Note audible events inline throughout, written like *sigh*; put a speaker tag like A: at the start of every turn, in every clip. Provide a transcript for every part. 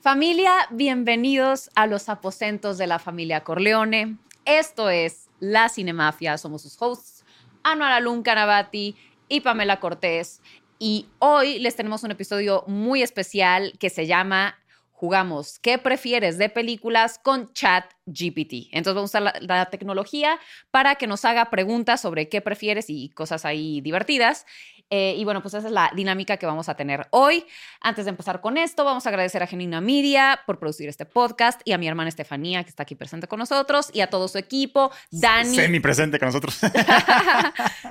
A: Familia, bienvenidos a los aposentos de la familia Corleone. Esto es La Cinemafia. Somos sus hosts, Anuar Alum Canabati y Pamela Cortés. Y hoy les tenemos un episodio muy especial que se llama Jugamos ¿Qué prefieres de películas con Chat GPT? Entonces vamos a usar la, la tecnología para que nos haga preguntas sobre qué prefieres y cosas ahí divertidas. Eh, y bueno, pues esa es la dinámica que vamos a tener hoy. Antes de empezar con esto, vamos a agradecer a Genuina Media por producir este podcast y a mi hermana Estefanía, que está aquí presente con nosotros, y a todo su equipo, Dani,
B: Semi presente con nosotros.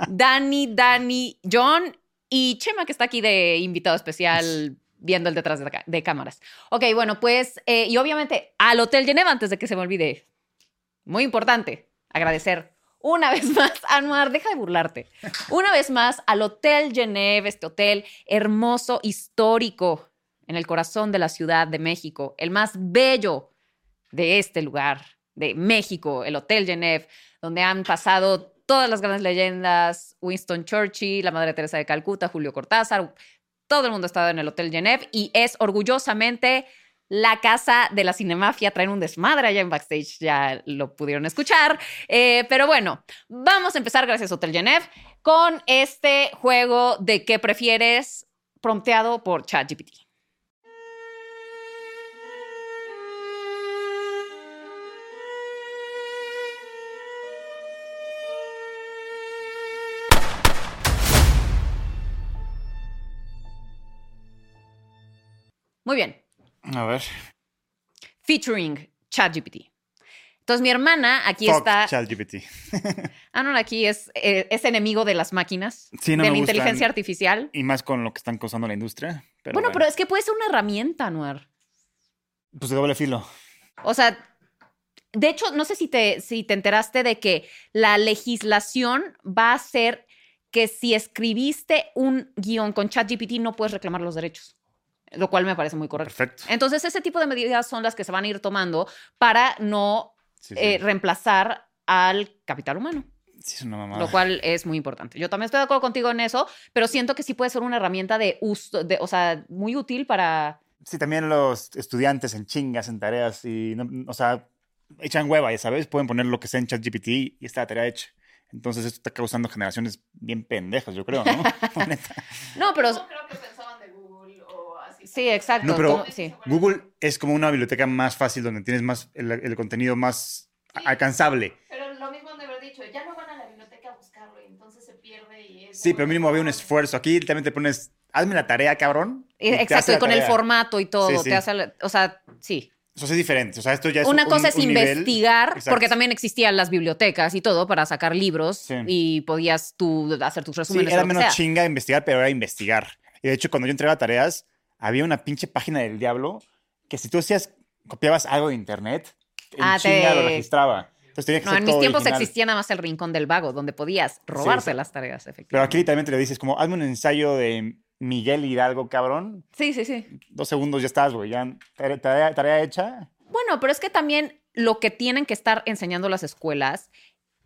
A: Dani, Dani, John y Chema, que está aquí de invitado especial viendo el detrás de, ca- de cámaras. Ok, bueno, pues, eh, y obviamente al Hotel Geneva, antes de que se me olvide, muy importante, agradecer una *laughs* vez más, Anuar, deja de burlarte. Una vez más al Hotel Geneve, este hotel hermoso, histórico, en el corazón de la Ciudad de México, el más bello de este lugar, de México, el Hotel Geneve, donde han pasado todas las grandes leyendas, Winston Churchill, la Madre Teresa de Calcuta, Julio Cortázar, todo el mundo ha estado en el Hotel Geneve y es orgullosamente la casa de la cinemafia. Traen un desmadre allá en backstage, ya lo pudieron escuchar. Eh, pero bueno, vamos a empezar, gracias Hotel Geneve, con este juego de qué prefieres, prompteado por ChatGPT. Muy bien.
B: A ver.
A: featuring ChatGPT. Entonces mi hermana aquí
B: fuck
A: está,
B: ChatGPT.
A: Anon aquí es, eh, es enemigo de las máquinas,
B: Sí, no
A: de
B: me
A: la
B: gustan.
A: inteligencia artificial.
B: Y más con lo que están causando la industria. Pero
A: bueno, pero es que puede ser una herramienta, Noir.
B: Pues de doble filo.
A: O sea, de hecho, no sé si te, si te enteraste de que la legislación va a ser que si escribiste un guión con ChatGPT no puedes reclamar los derechos, lo cual me parece muy correcto.
B: Perfecto.
A: Entonces, ese tipo de medidas son las que se van a ir tomando para no
B: Sí, sí.
A: eh, reemplazar al capital humano.
B: Sí, es una mamada.
A: Lo cual es muy importante. Yo también estoy de acuerdo contigo en eso, pero siento que sí puede ser una herramienta de uso, de, o sea, muy útil para...
B: Sí, también los estudiantes en chingas, en tareas y, no- o sea, echan hueva, ya sabes, pueden poner lo que sea en ChatGPT y está la tarea hecha. Entonces esto está causando generaciones bien pendejas, yo
A: *laughs*
B: creo, ¿no? La neta.
A: No, pero
C: Yo creo que pensaban de Google o así.
A: sí, exacto.
B: No, pero-
A: como- sí.
B: Google es como una biblioteca más fácil donde tienes más el, el contenido más a- alcanzable.
C: Pero lo mismo han de haber dicho, ya no van a la biblioteca a buscarlo y entonces se pierde y es...
B: Sí, pero mínimo había un esfuerzo. Aquí también te pones, hazme la tarea, cabrón. y te hace
A: Exacto, y
B: la
A: con el
B: tarea.
A: formato y todo.
B: Sí, sí.
A: Te hace la- o sea, sí.
B: Eso es diferente. O sea, esto ya es
A: Una
B: un-
A: cosa es
B: un nivel-
A: investigar,
B: Exacto.
A: porque también existían las bibliotecas y todo para sacar libros
B: Sí.
A: y podías tú hacer tus
B: Sí,
A: resúmenes. o
B: era
A: lo que
B: menos
A: sea.
B: chinga investigar, pero era investigar. Y de hecho, cuando yo entregaba tareas, había una pinche página del diablo que si tú hacías, copiabas algo de internet, en
A: Ah,
B: chinga
A: te-
B: lo registraba. Entonces tenía que
A: No,
B: ser
A: en
B: todo
A: mis tiempos
B: original.
A: existía nada más el rincón del vago, donde podías robarte
B: sí.
A: las tareas, efectivamente.
B: Pero aquí literalmente le dices como, hazme un ensayo de Miguel Hidalgo, cabrón.
A: Sí, sí, sí.
B: Dos segundos ya estás, güey. Ya tare- tarea, tarea hecha.
A: Bueno, pero es que también lo que tienen que estar enseñando las escuelas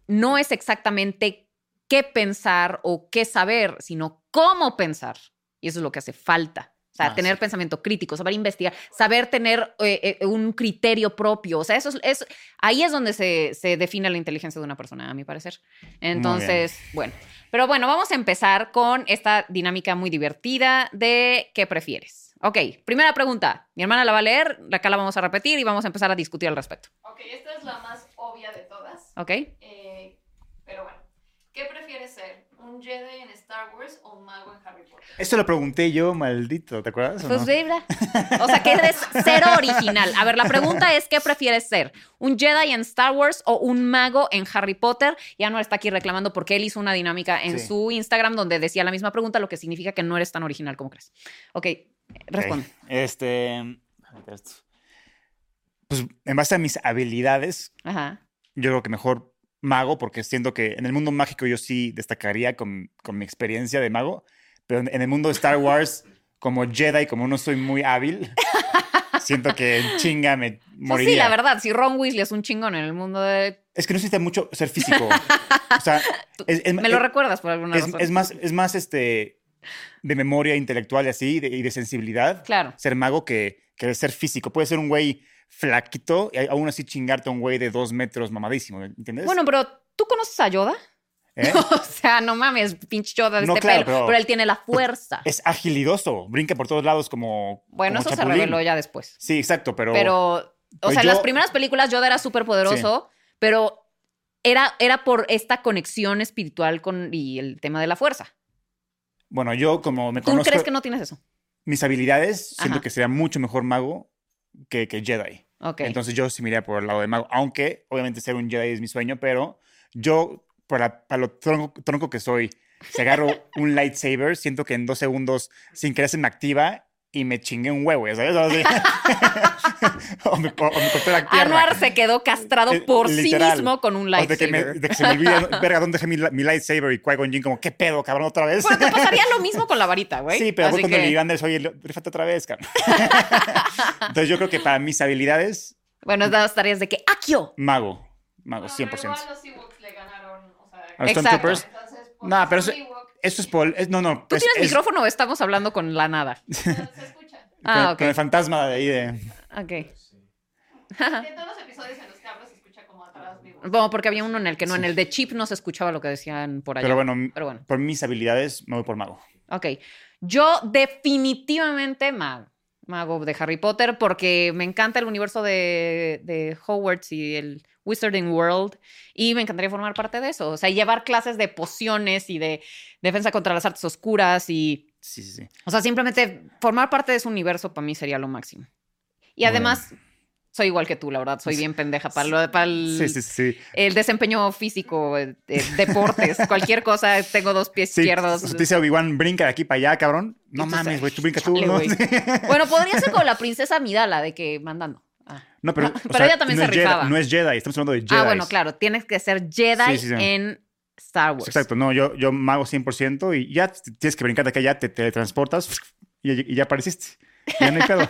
A: no es exactamente qué pensar o qué saber, sino cómo pensar. Y eso es lo que hace falta. O sea,
B: Ah,
A: tener
B: sí.
A: pensamiento crítico, saber investigar, saber tener eh, eh, un criterio propio. O sea, eso es, es- ahí es donde se, se define la inteligencia de una persona, a mi parecer. Entonces, bueno. Pero bueno, vamos a empezar con esta dinámica muy divertida de qué prefieres. Ok, primera pregunta. Mi hermana la va a leer, acá la vamos a repetir y vamos a empezar a discutir al respecto.
C: Ok, esta es la más obvia de todas.
A: ¿Ok?
C: Eh, pero bueno, ¿qué prefieres ser? ¿Un Jedi en Star Wars o un mago en Harry Potter?
B: Esto lo pregunté yo, maldito, ¿te acuerdas? o
A: Pues
B: no?
A: vibra. O sea, que eres cero original. A ver, la pregunta es, ¿qué prefieres ser? ¿Un Jedi en Star Wars o un mago en Harry Potter? Ya no está aquí reclamando porque él hizo una dinámica en
B: Sí.
A: su Instagram donde decía la misma pregunta, lo que significa que no eres tan original como crees. Ok, responde.
B: Ok, Este. Pues en base a mis habilidades,
A: Ajá.
B: yo creo que mejor mago, porque siento que en el mundo mágico yo sí destacaría con, con mi experiencia de mago, pero en, en el mundo de Star Wars, como Jedi, como no soy muy
A: *laughs*
B: hábil, siento que en chinga me
A: Pues
B: moriría.
A: sí, la verdad, si Ron Weasley es un chingón en el mundo de...
B: Es que no necesita mucho ser físico.
A: *laughs*
B: O sea, es, es-
A: Me lo
B: es-
A: recuerdas por alguna
B: es-
A: razón.
B: es más, es más este, de memoria intelectual y así, de- y de sensibilidad,
A: Claro.
B: ser mago que, querer ser físico. Puede ser un güey flaquito y aún así chingarte a un güey de dos metros mamadísimo, ¿entiendes?
A: Bueno, pero ¿tú conoces a Yoda?
B: ¿Eh?
A: *laughs* O sea, no mames, pinche Yoda de
B: No,
A: este
B: claro,
A: pelo.
B: pero-
A: Pero, él tiene la fuerza.
B: Es agilidoso, brinca por todos lados como.
A: bueno, eso
B: como chapulín.
A: se reveló ya después.
B: Sí, exacto, pero.
A: Pero, o
B: Pero
A: sea, en
B: yo-
A: las primeras películas Yoda era súper poderoso, pero era, era por esta conexión espiritual con, y el tema de la fuerza.
B: Bueno, yo como me
A: ¿Tú
B: conozco
A: crees que no tienes eso?
B: mis habilidades, siento
A: Ajá.
B: que sería mucho mejor mago que, que Jedi.
A: Ok.
B: Entonces yo sí me iría por el lado de mago, aunque obviamente ser un Jedi es mi sueño, pero yo, para, para lo tronco, tronco que soy, si agarro
A: *laughs*
B: un lightsaber, siento que en dos segundos, sin querer, se me activa y me chingué un huevo, ya ¿sabes? Así. *laughs* o, me, o- o me
A: Ah,
B: corté la pierna.
A: Anuar se quedó castrado
B: Eh,
A: por sí
B: literal.
A: mismo con un
B: O de que, me,
A: lightsaber.
B: de que se me
A: *laughs*
B: olvida, verga, ¿dónde dejé mi, la- mi lightsaber? Y Qui-Gon Jinn como, ¿qué pedo, cabrón, otra vez?
A: Bueno, te pasaría lo mismo con la varita, güey.
B: Sí, pero
A: Así
B: voy cuando
A: que-
B: le digo a Anders, oye, lo- rífate otra vez,
A: *laughs*
B: cabrón. Entonces yo creo que para mis habilidades,
A: Bueno, es de las tareas de que ¡Akio!
B: mago.
A: Ah,
B: Mago,
C: Bueno, pero
B: 100%.
C: Igual los Ewoks le ganaron, o sea,
B: A los
A: Exacto.
B: Stormtroopers,
C: entonces, por
B: Ah, Nah, pero
C: ser
B: eso-
C: Ewok,
B: eso es Paul. es- no, no.
A: ¿Tú
B: Pues es-
A: tienes
B: es-
A: micrófono o estamos hablando con la
B: *laughs*
A: nada?
C: *laughs* se se escucha.
B: Con,
A: Ah, ok.
B: con el fantasma de ahí de...
A: Ok.
C: De todos los episodios en los que hablo se escucha como atrás vivo.
A: Bueno, porque había uno en el que no, en el de Chip no se escuchaba lo que decían por allá.
B: Pero bueno,
A: Pero bueno,
B: por mis habilidades me voy por mago.
A: ok. Yo definitivamente mago. Mago de Harry Potter porque me encanta el universo de, de Hogwarts y el Wizarding World y me encantaría formar parte de eso. O sea, llevar clases de pociones y de defensa contra las artes oscuras y...
B: Sí, sí, sí.
A: O sea, simplemente formar parte de ese universo para mí sería lo máximo. Y
B: Bueno.
A: además, soy igual que tú, la verdad. Soy bien pendeja para, lo- para el
B: Sí, sí, sí.
A: el desempeño físico, eh, eh,
B: *laughs*
A: deportes, cualquier cosa, te- tengo dos pies
B: Sí,
A: izquierdos.
B: te dice Obi-Wan, brinca de aquí para allá, cabrón. No
A: tú
B: mames,
A: sabes.
B: güey, tú brinca tú.
A: Chale,
B: ¿no?
A: güey. Bueno, podría ser como la princesa Midala de que mandando. Ah,
B: *laughs* No, pero, o
A: Pero
B: sea,
A: ella también
B: no
A: se
B: es Jedi-
A: rifaba.
B: no es Jedi, estamos hablando de Jedi.
A: Ah, bueno, claro, pues. tienes que ser Jedi
B: Sí, sí, sí.
A: en Star Wars.
B: Exacto, no, yo, yo mago 100% y ya t- tienes que brincar de acá, ya te teletransportas *laughs* y, y ya apareciste. Ya no hay pedo.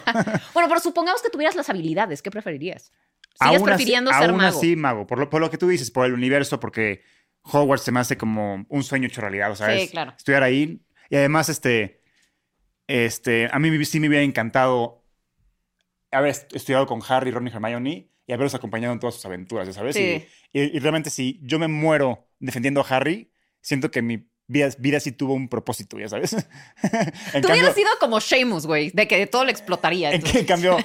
A: Bueno, pero supongamos que tuvieras las habilidades, ¿qué preferirías? ¿Sigues
B: Aún así-
A: prefiriendo ser
B: aún
A: mago?
B: así, mago. Por lo, por lo que tú dices, por el universo, porque Hogwarts se me hace como un sueño hecho realidad, o sea,
A: Sí,
B: es
A: claro.
B: Estudiar ahí. Y además, este, este, a mí sí me hubiera encantado haber est- estudiado con Harry, Ron y Hermione y haberlos acompañado en todas sus aventuras, ya ¿sabes?
A: Sí.
B: Y, y- y realmente si yo me muero defendiendo a Harry, siento que mi vida, vida sí tuvo un propósito, ya sabes. *laughs* en,
A: Tú
B: cambio,
A: hubieras sido como Seamus, güey, de que todo le explotaría.
B: en,
A: entonces.
B: en
A: *laughs*
B: *laughs* cambio,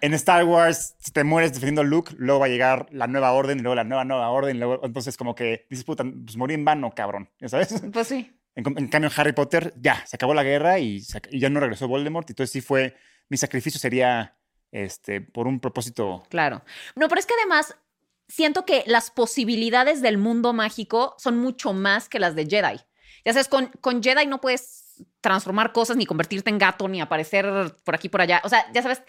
B: en Star Wars, si te mueres defendiendo a Luke, luego va a llegar la nueva orden y luego la nueva nueva orden. y luego, entonces, como que dices, puta, pues morí en vano, cabrón, ya sabes. *laughs*
A: Pues sí.
B: En, com- en cambio, en Harry Potter, ya, se acabó la guerra y, se ac- y ya no regresó Voldemort. Entonces sí fue, mi sacrificio sería este, por un propósito.
A: Claro. No, pero es que además siento que las posibilidades del mundo mágico son mucho más que las de Jedi. Ya sabes, con, con Jedi no puedes transformar cosas, ni convertirte en gato, ni aparecer por aquí, por allá. O sea, ya sabes,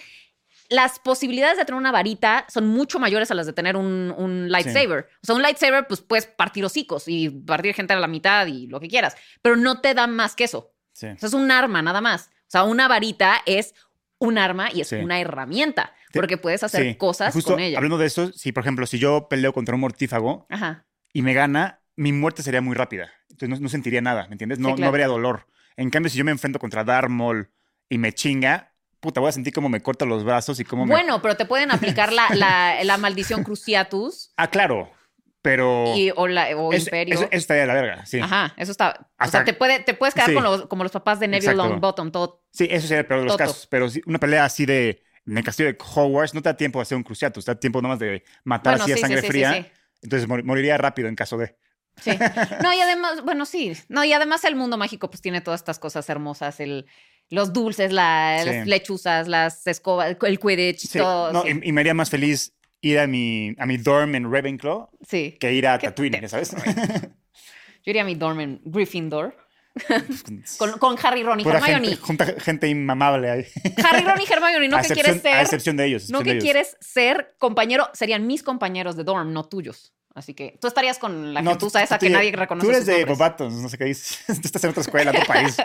A: las posibilidades de tener una varita son mucho mayores a las de tener un, un lightsaber. O sea, un lightsaber, pues puedes partir hocicos y partir gente a la mitad y lo que quieras, pero no te da más que eso.
B: Sí.
A: O sea, es un arma nada más. O sea, una varita es un arma y es
B: Sí.
A: una herramienta
B: Te-
A: porque puedes hacer
B: Sí.
A: cosas
B: Justo
A: con ella.
B: Hablando de eso, si por ejemplo, si yo peleo contra un mortífago
A: Ajá.
B: y me gana, mi muerte sería muy rápida. Entonces no, no sentiría nada, ¿me entiendes? No,
A: Sí, claro.
B: no habría dolor. En cambio, si yo me enfrento contra Darth Maul y me chinga, puta, voy a sentir cómo me corta los brazos y cómo me...
A: Bueno, pero te
B: *laughs*
A: pueden aplicar la, la- la maldición cruciatus
B: Ah, claro, pero...
A: y, o, la, o
B: es-
A: imperio.
B: Eso, eso estaría de la verga, sí.
A: Ajá, eso está. o
B: Hasta-
A: sea, te, puede, te puedes quedar
B: Sí.
A: con los, como los papás de Neville
B: Exacto.
A: Longbottom, todo.
B: Sí, eso sería el peor de los
A: Toto.
B: casos. Pero si una pelea así de en el castillo de Hogwarts no te da tiempo de hacer un cruciatus, te da tiempo nomás de matar
A: Bueno,
B: así a
A: sí, sí,
B: sangre
A: sí, sí,
B: fría.
A: sí.
B: Entonces mor- moriría rápido en caso de.
A: Sí.
B: *laughs*
A: No, y además, bueno, sí. No, y además el mundo mágico pues tiene todas estas cosas hermosas, el, los dulces, la-
B: Sí.
A: las lechuzas, las escobas, el quidditch,
B: Sí,
A: todo.
B: no,
A: sí.
B: Y, y me haría más feliz ir a mi, a mi dorm en Ravenclaw
A: sí.
B: que ir a
A: ¿Qué
B: Tatooine,
A: te-
B: ¿ya ¿sabes? *laughs*
A: Yo iría a mi dorm en Gryffindor con, con Harry, Ron y
B: Pura
A: Hermione.
B: gente, junta gente inmamable ahí.
A: Harry, Ron y Hermione, no
B: a,
A: que
B: excepción,
A: quieres ser.
B: a excepción de ellos. a
A: No
B: excepción de
A: que
B: ellos.
A: quieres ser compañero, serían mis compañeros de dorm, no tuyos. Así que tú estarías con la
B: No,
A: gentuza esa
B: tú-
A: que
B: tú-
A: nadie reconoce.
B: Tú eres
A: sus
B: de
A: nombres.
B: Bobatons, no sé qué dices. *laughs* Tú estás en otra escuela, en otro país.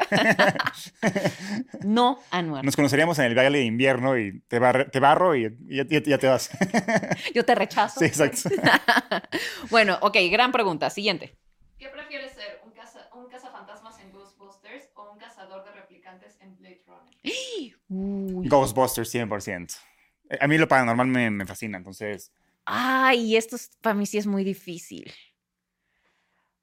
A: No, Anuar.
B: Nos conoceríamos en el baile de invierno y te, barre- te barro y, y ya- ya- ya te vas. *laughs*
A: Yo te rechazo.
B: Sí, exacto.
A: Bueno, ok, gran pregunta. Siguiente.
C: ¿Qué prefieres ser? ¿Un, caza, ¿Un cazafantasmas en Ghostbusters o un cazador de replicantes en Blade Runner?
A: Uy.
B: Ghostbusters 100%. Eh, A mí lo paranormal me, me fascina, entonces
A: Ay, esto es- para mí sí es muy difícil.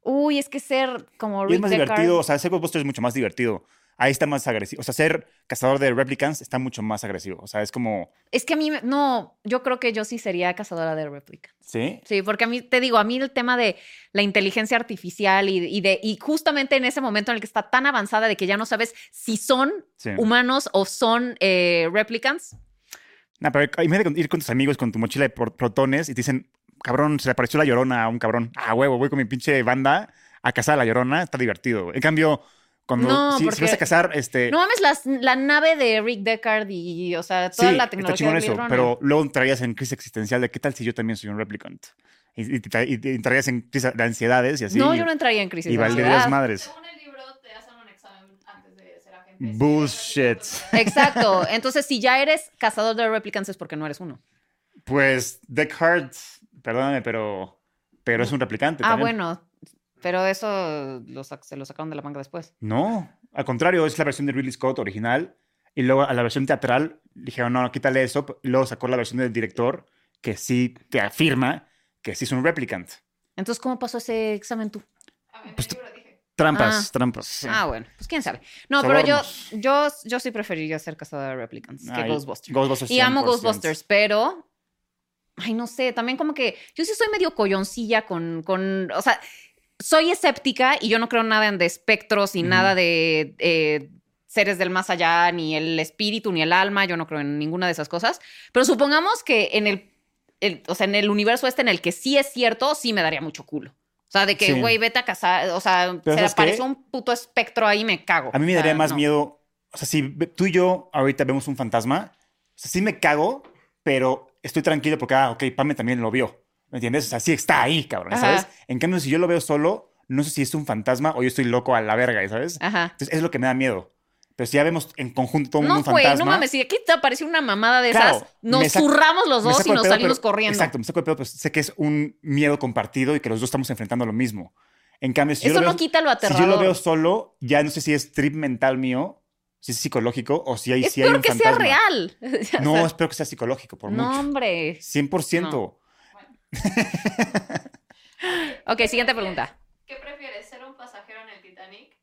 A: Uy, es que ser como
B: Y
A: Rick
B: es más
A: Deckard-
B: divertido, o sea, ser Ghostbuster es mucho más divertido. Ahí está más agresivo. O sea, ser cazador de replicants está mucho más agresivo. O sea, es como.
A: Es que a mí, me- no, yo creo que yo sí sería cazadora de réplica.
B: ¿Sí?
A: Sí, porque a mí, te digo, a mí el tema de la inteligencia artificial y, y de, y justamente en ese momento en el que está tan avanzada de que ya no sabes si son
B: Sí.
A: humanos o son eh, replicants.
B: Nah, pero imagínate con- ir con tus amigos con tu mochila de por- protones y te dicen, cabrón, se le apareció la llorona a un cabrón. Ah, huevo, voy con mi pinche banda a cazar a la llorona. Está divertido. güey. En cambio, cuando.
A: No,
B: si, si
A: porque-
B: vas a cazar, este.
A: No mames, las- la nave de Rick Deckard y, o sea, toda
B: sí,
A: la
B: está
A: tecnología.
B: chingón
A: de
B: eso.
A: Blade Runner.
B: Pero luego entrarías en crisis existencial de qué tal si yo también soy un replicant. Y, y te- y te entrarías en crisis de ansiedades y así.
A: no, yo no entraría en crisis.
B: y
A: de
B: valdrías
A: ansiedad.
B: madres.
C: Según el libro, te hacen un examen antes de ser agente.
B: Bullshit.
A: Exacto. Entonces, si ya eres cazador de replicants es porque no eres uno.
B: Pues Descartes, perdóname, pero, pero es un replicante.
A: Ah,
B: también.
A: bueno. Pero eso lo sac- se lo sacaron de la manga después.
B: No, al contrario, es la versión de Ridley Scott original y luego a la versión teatral dijeron, no, quítale eso. y luego sacó la versión del director que sí te afirma que sí es un replicant.
A: Entonces, ¿cómo pasó ese examen tú?
C: A ver,
B: Pues
C: el libro dije.
B: Trampas,
A: Ah.
B: trampas.
A: Ah, bueno, pues quién sabe. No, pero yo,
B: Sobornos.
A: yo, yo sí preferiría ser cazadora de replicants que
B: Ay,
A: Ghostbusters.
B: Ghostbusters
A: Y amo
B: 100%.
A: Ghostbusters, pero. Ay, no sé, también como que. Yo sí soy medio coyoncilla con. con o sea, soy escéptica y yo no creo nada en de espectros y
B: Ujú.
A: nada de. eh, seres del más allá, ni el espíritu, ni el alma, yo no creo en ninguna de esas cosas. Pero supongamos que en el, el- o sea, en el universo este en el que sí es cierto, sí me daría mucho culo. O sea, de que,
B: Sí.
A: güey, vete a casar, o sea,
B: Pero
A: se
B: ¿sabes qué?
A: apareció un puto espectro ahí, me cago.
B: A mí me
A: O sea,
B: daría más
A: Ah, no.
B: miedo. O sea, si ve- tú y yo ahorita vemos un fantasma, o sea, sí me cago, pero estoy tranquilo porque, ah, ok, Pame también lo vio. ¿Me entiendes? O sea, sí está ahí, cabrón,
A: Ajá.
B: ¿sabes? En cambio, si yo lo veo solo, no sé si es un fantasma o yo estoy loco a la verga, ¿sabes?
A: Ajá.
B: Entonces, es lo que me da miedo. Pero si ya vemos en conjunto un,
A: No,
B: un
A: güey,
B: fantasma.
A: no mames, si aquí te apareció una mamada de
B: Claro,
A: esas, nos
B: me saco-
A: zurramos los
B: me
A: dos
B: saco
A: y
B: el
A: nos
B: pedo,
A: salimos
B: pero-
A: corriendo.
B: Exacto, me saco el pedo, pero sé que es un miedo compartido y que los dos estamos enfrentando lo mismo. En cambio, si yo
A: Eso
B: lo veo,
A: no quita lo
B: si
A: aterrador.
B: yo lo veo solo, ya no sé si es trip mental mío, si es psicológico o si hay,
A: es
B: si hay
A: peor
B: un
A: que
B: fantasma.
A: sea real. *laughs*
B: No, espero que sea psicológico, por
A: no,
B: mucho.
A: hombre.
B: 100%.
A: Ok, siguiente pregunta.
C: ¿Qué prefieres, ser un pasajero en el Titanic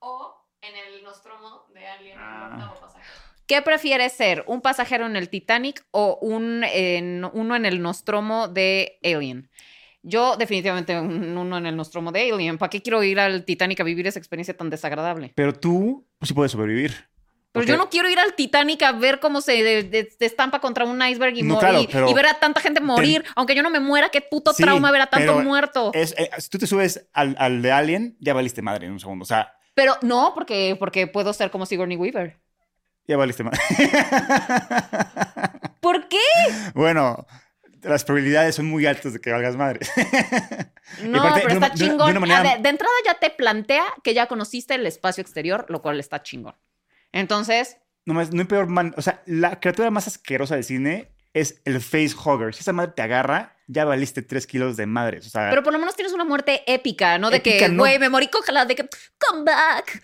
C: o en el Nostromo de Alien,
B: Ah.
C: el octavo pasajero?
A: ¿Qué prefieres ser? ¿Un pasajero en el Titanic o un, en- uno en el Nostromo de Alien? Yo definitivamente un- uno en el Nostromo de Alien. ¿Para qué quiero ir al Titanic a vivir esa experiencia tan desagradable?
B: Pero tú pues, sí puedes sobrevivir.
A: Pero
B: Ok.
A: yo no quiero ir al Titanic a ver cómo se de- de- se estampa contra un iceberg y,
B: No,
A: mo-
B: claro,
A: y-
B: pero-
A: y ver a tanta gente morir. Aunque yo no me muera, qué puto
B: Sí,
A: trauma ver a tanto
B: pero
A: muerto.
B: Es- eh, si tú te subes al, al de Alien, ya valiste madre en un segundo. O sea,
A: Pero no, porque, porque puedo ser como Sigourney Weaver.
B: ya valiste madre.
A: ¿Por
B: *laughs*
A: qué?
B: bueno, las probabilidades son muy altas de que valgas madre. *laughs*
A: No,
B: aparte,
A: pero está
B: de una- de una- de
A: chingón.
B: una manera-
A: Ah, de, de entrada ya te plantea que ya conociste el espacio exterior, lo cual está chingón. Entonces,
B: No, más- no hay peor man. O sea, la criatura más asquerosa del cine es el facehugger. Si esa madre te agarra, ya valiste 3 kilos de madres. O sea,
A: pero por lo menos tienes una muerte épica, ¿no? De
B: Ah. Épica,
A: que,
B: no.
A: güey, me morí cójala, de que, come back.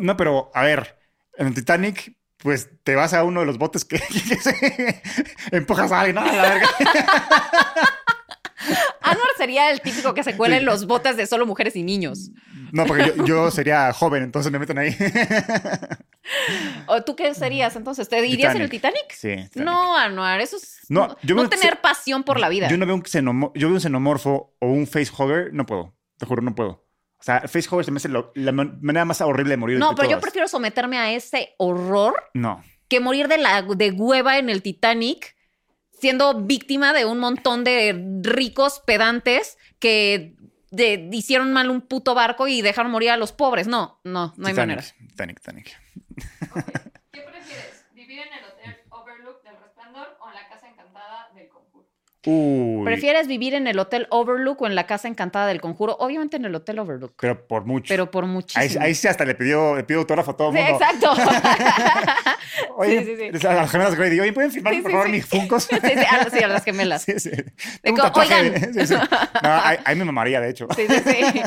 B: no, pero a ver, en el Titanic, pues te vas a uno de los botes que, *laughs* que se- empujas a alguien. ¡ah, la verga!
A: Anwar sería el típico que se cuela en los botes de solo mujeres y niños.
B: No, porque yo, yo sería joven, entonces me meten ahí.
A: ¿O tú qué serías entonces? ¿Te irías en el Titanic?
B: Sí. Titanic.
A: No, Anuar, eso es
B: No,
A: no,
B: yo
A: no
B: me-
A: tener pasión por la vida.
B: Yo no veo un xenomorfo, yo veo un xenomorfo o un facehugger, no puedo. Te juro, no puedo. O sea, facehugger se me hace lo- la man- manera más horrible de morir.
A: No,
B: de
A: pero yo
B: todas.
A: prefiero someterme a ese horror
B: No.
A: que morir de, la, de hueva en el Titanic siendo víctima de un montón de ricos pedantes que de- hicieron mal un puto barco y dejaron morir a los pobres. No, no, no hay
B: Titanic,
A: manera.
B: Titanic, Titanic.
C: ¿Qué prefieres, vivir en el Hotel Overlook del Resplandor o en la Casa Encantada del Conjuro?
B: Uy.
A: ¿Prefieres vivir en el Hotel Overlook o en la Casa Encantada del Conjuro? Obviamente en el Hotel Overlook,
B: Pero por mucho.
A: pero por muchísimo.
B: ahí, ahí sí hasta le pidió, le pidió autógrafo a todo el
A: Sí,
B: mundo.
A: exacto. *laughs*
B: Oye,
A: Sí, sí,
B: a las gemelas Grady, oye, ¿pueden firmar
A: Sí,
B: por
A: sí,
B: favor
A: sí. *laughs*
B: mis funcos?
A: Sí, sí, a, las- sí, a las gemelas. Sí,
B: *laughs* Sí, sí.
A: De
B: Un
A: que,
B: tatuaje de- *laughs*
A: "Oigan".
B: sí, sí. No, ahí, ahí me mamaría, de hecho. *laughs*
A: sí, sí.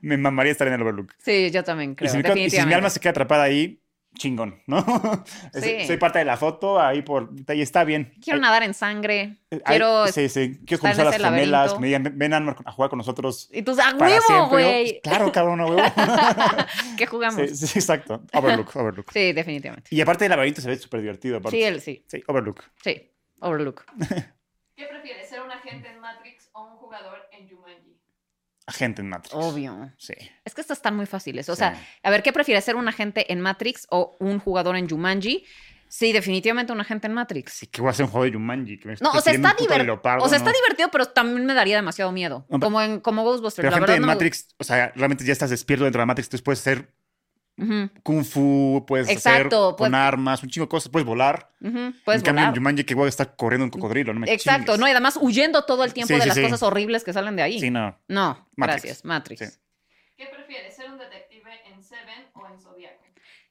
B: Me mamaría estar en el Overlook.
A: Sí, yo también creo.
B: y, si mi, y si mi
A: definitivamente.
B: alma se queda atrapada ahí, chingón, ¿no? *laughs* Es-
A: Sí.
B: Soy parte de la foto ahí por. Y está bien.
A: Quiero nadar en sangre.
B: Ahí-
A: Quiero.
B: ahí- sí, sí. Quiero
A: estar en
B: conocer a las
A: ese
B: gemelas,
A: laberinto.
B: que me digan, "Ven, ven a, a jugar con nosotros.
A: Y tú, a
B: Para
A: huevo,
B: siempre. Yo,
A: güey.
B: "Pues claro, cabrón,
A: *laughs*
B: a huevo.
A: ¿Qué jugamos?
B: sí,
A: Sí,
B: sí, exacto. Overlook, Overlook.
A: definitivamente.
B: Y aparte el laberinto se ve súper divertido. aparte.
A: Sí, él sí.
B: Sí, Overlook.
A: Sí. Overlook.
C: ¿Qué prefieres, ser un agente en Matrix o un jugador en Jumanji?
B: Agente en Matrix.
A: Obvio.
B: Sí.
A: Es que estas están muy fáciles. O sea,
B: sí.
A: a ver, ¿qué prefieres ser un agente en Matrix o un jugador en Jumanji? Sí, definitivamente un agente en Matrix.
B: Sí, que voy a hacer un juego de Jumanji. Que me
A: No, o
B: que
A: sea,
B: tiene un
A: está,
B: puto
A: diver-
B: leopardo,
A: o sea,
B: ¿no?
A: está divertido, pero también me daría demasiado miedo.
B: No, pero-
A: como en como Ghostbusters.
B: Pero
A: la
B: gente
A: verdad
B: en
A: no me gu-
B: Matrix, o sea, realmente ya estás despierto dentro de la Matrix. Entonces puedes hacer
A: Ujú,
B: kung fu, puedes
A: Exacto,
B: hacer con
A: pues-
B: armas, un chingo de cosas, puedes volar.
A: ujú, puedes
B: en cambio,
A: volar.
B: en Jumanji que voy a estar corriendo un cocodrilo, no me
A: Exacto,
B: chingues.
A: no, y además huyendo todo el tiempo
B: Sí,
A: de
B: sí,
A: las
B: sí.
A: cosas horribles que salen de ahí.
B: Sí, no.
A: No,
B: Matrix.
A: gracias, Matrix.
B: Sí.
C: ¿Qué prefieres, ser un detective en Seven o en Zodiaco?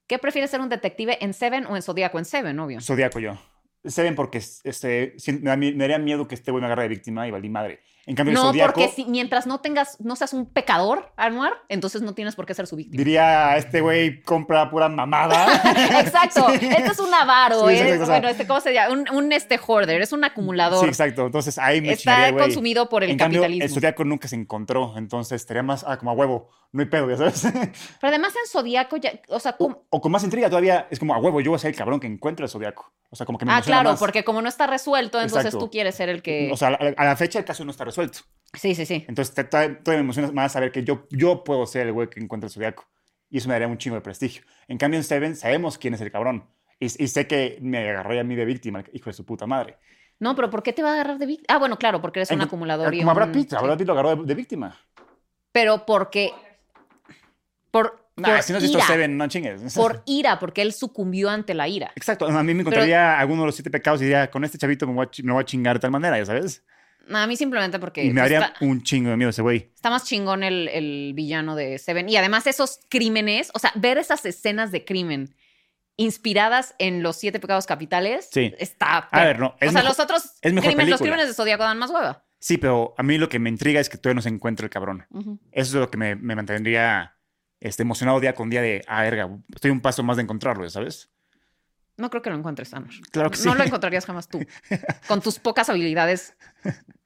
A: ¿Qué prefieres ser un detective en Seven o en Zodíaco? En Seven, obvio.
B: Zodíaco yo. Se ven porque este, si- me, da, mi- me daría miedo que este güey me agarre de víctima y valí madre. En cambio, el
A: No,
B: Zodíaco
A: porque si, mientras no tengas, no seas un pecador, Anuar, entonces no tienes por qué ser su víctima.
B: diría, este güey compra pura mamada.
A: *laughs* Exacto, este es un avaro,
B: Sí,
A: es-
B: exacto, o sea-
A: bueno, este, ¿cómo se llama? Un, un, este hoarder, es un acumulador.
B: Sí, exacto. Entonces ahí me chingaría,
A: Está
B: güey.
A: consumido por el
B: en cambio,
A: capitalismo.
B: el Zodíaco nunca se encontró, entonces estaría más ah, como a huevo, no hay pedo, ya sabes.
A: Pero además en Zodíaco, ya, o sea, como-
B: o, o con más intriga todavía, es como a huevo, yo voy a ser el cabrón que encuentra el Zodíaco. O sea, como que me
A: ah,
B: emociona
A: claro,
B: más.
A: porque como no está resuelto, entonces
B: Exacto.
A: tú quieres ser el que...
B: O sea, a la, a la fecha el caso no está resuelto.
A: sí, sí, sí.
B: Entonces te- todavía, todavía me emociona más saber que yo, yo puedo ser el güey que encuentra el Zodíaco. Y eso me daría un chingo de prestigio. En cambio, en Seven sabemos quién es el cabrón. Y, y sé que me agarré a mí de víctima, el hijo de su puta madre.
A: No, pero ¿por qué te va a agarrar de víctima? Ah, bueno, claro, porque eres un
B: Enco-
A: acumulador. y
B: Como a
A: un-
B: Brad Pitt, a
A: sí.
B: Brad Pitt lo agarró de, de víctima.
A: Pero porque... Por,
B: Nah,
A: por
B: si no has visto
A: ira,
B: Seven, no chingues. *laughs*
A: por ira, porque él sucumbió ante la ira.
B: Exacto, a mí me encontraría alguno de los siete pecados y diría, con este chavito me, voy a chi- me lo voy a chingar de tal manera, ya sabes.
A: No, a mí simplemente porque
B: y me haría
A: está,
B: un chingo de miedo ese güey.
A: está más chingón el, el villano de Seven. Y además esos crímenes, o sea, ver esas escenas de crimen inspiradas en los siete pecados capitales,
B: Sí.
A: está...
B: A ver, no, es
A: o sea,
B: mejor-
A: los otros
B: es mejor
A: crímenes, los
B: película.
A: crímenes de Zodíaco dan más hueva.
B: Sí, pero a mí lo que me intriga es que todavía no se encuentra el cabrón.
A: Ujú.
B: Eso es lo que me, me mantendría este, emocionado día con día de, ah, verga, estoy un paso más de encontrarlo, ya sabes.
A: No creo que lo encuentres, Anush.
B: Claro que sí.
A: No
B: *laughs*
A: lo encontrarías jamás tú, con tus pocas habilidades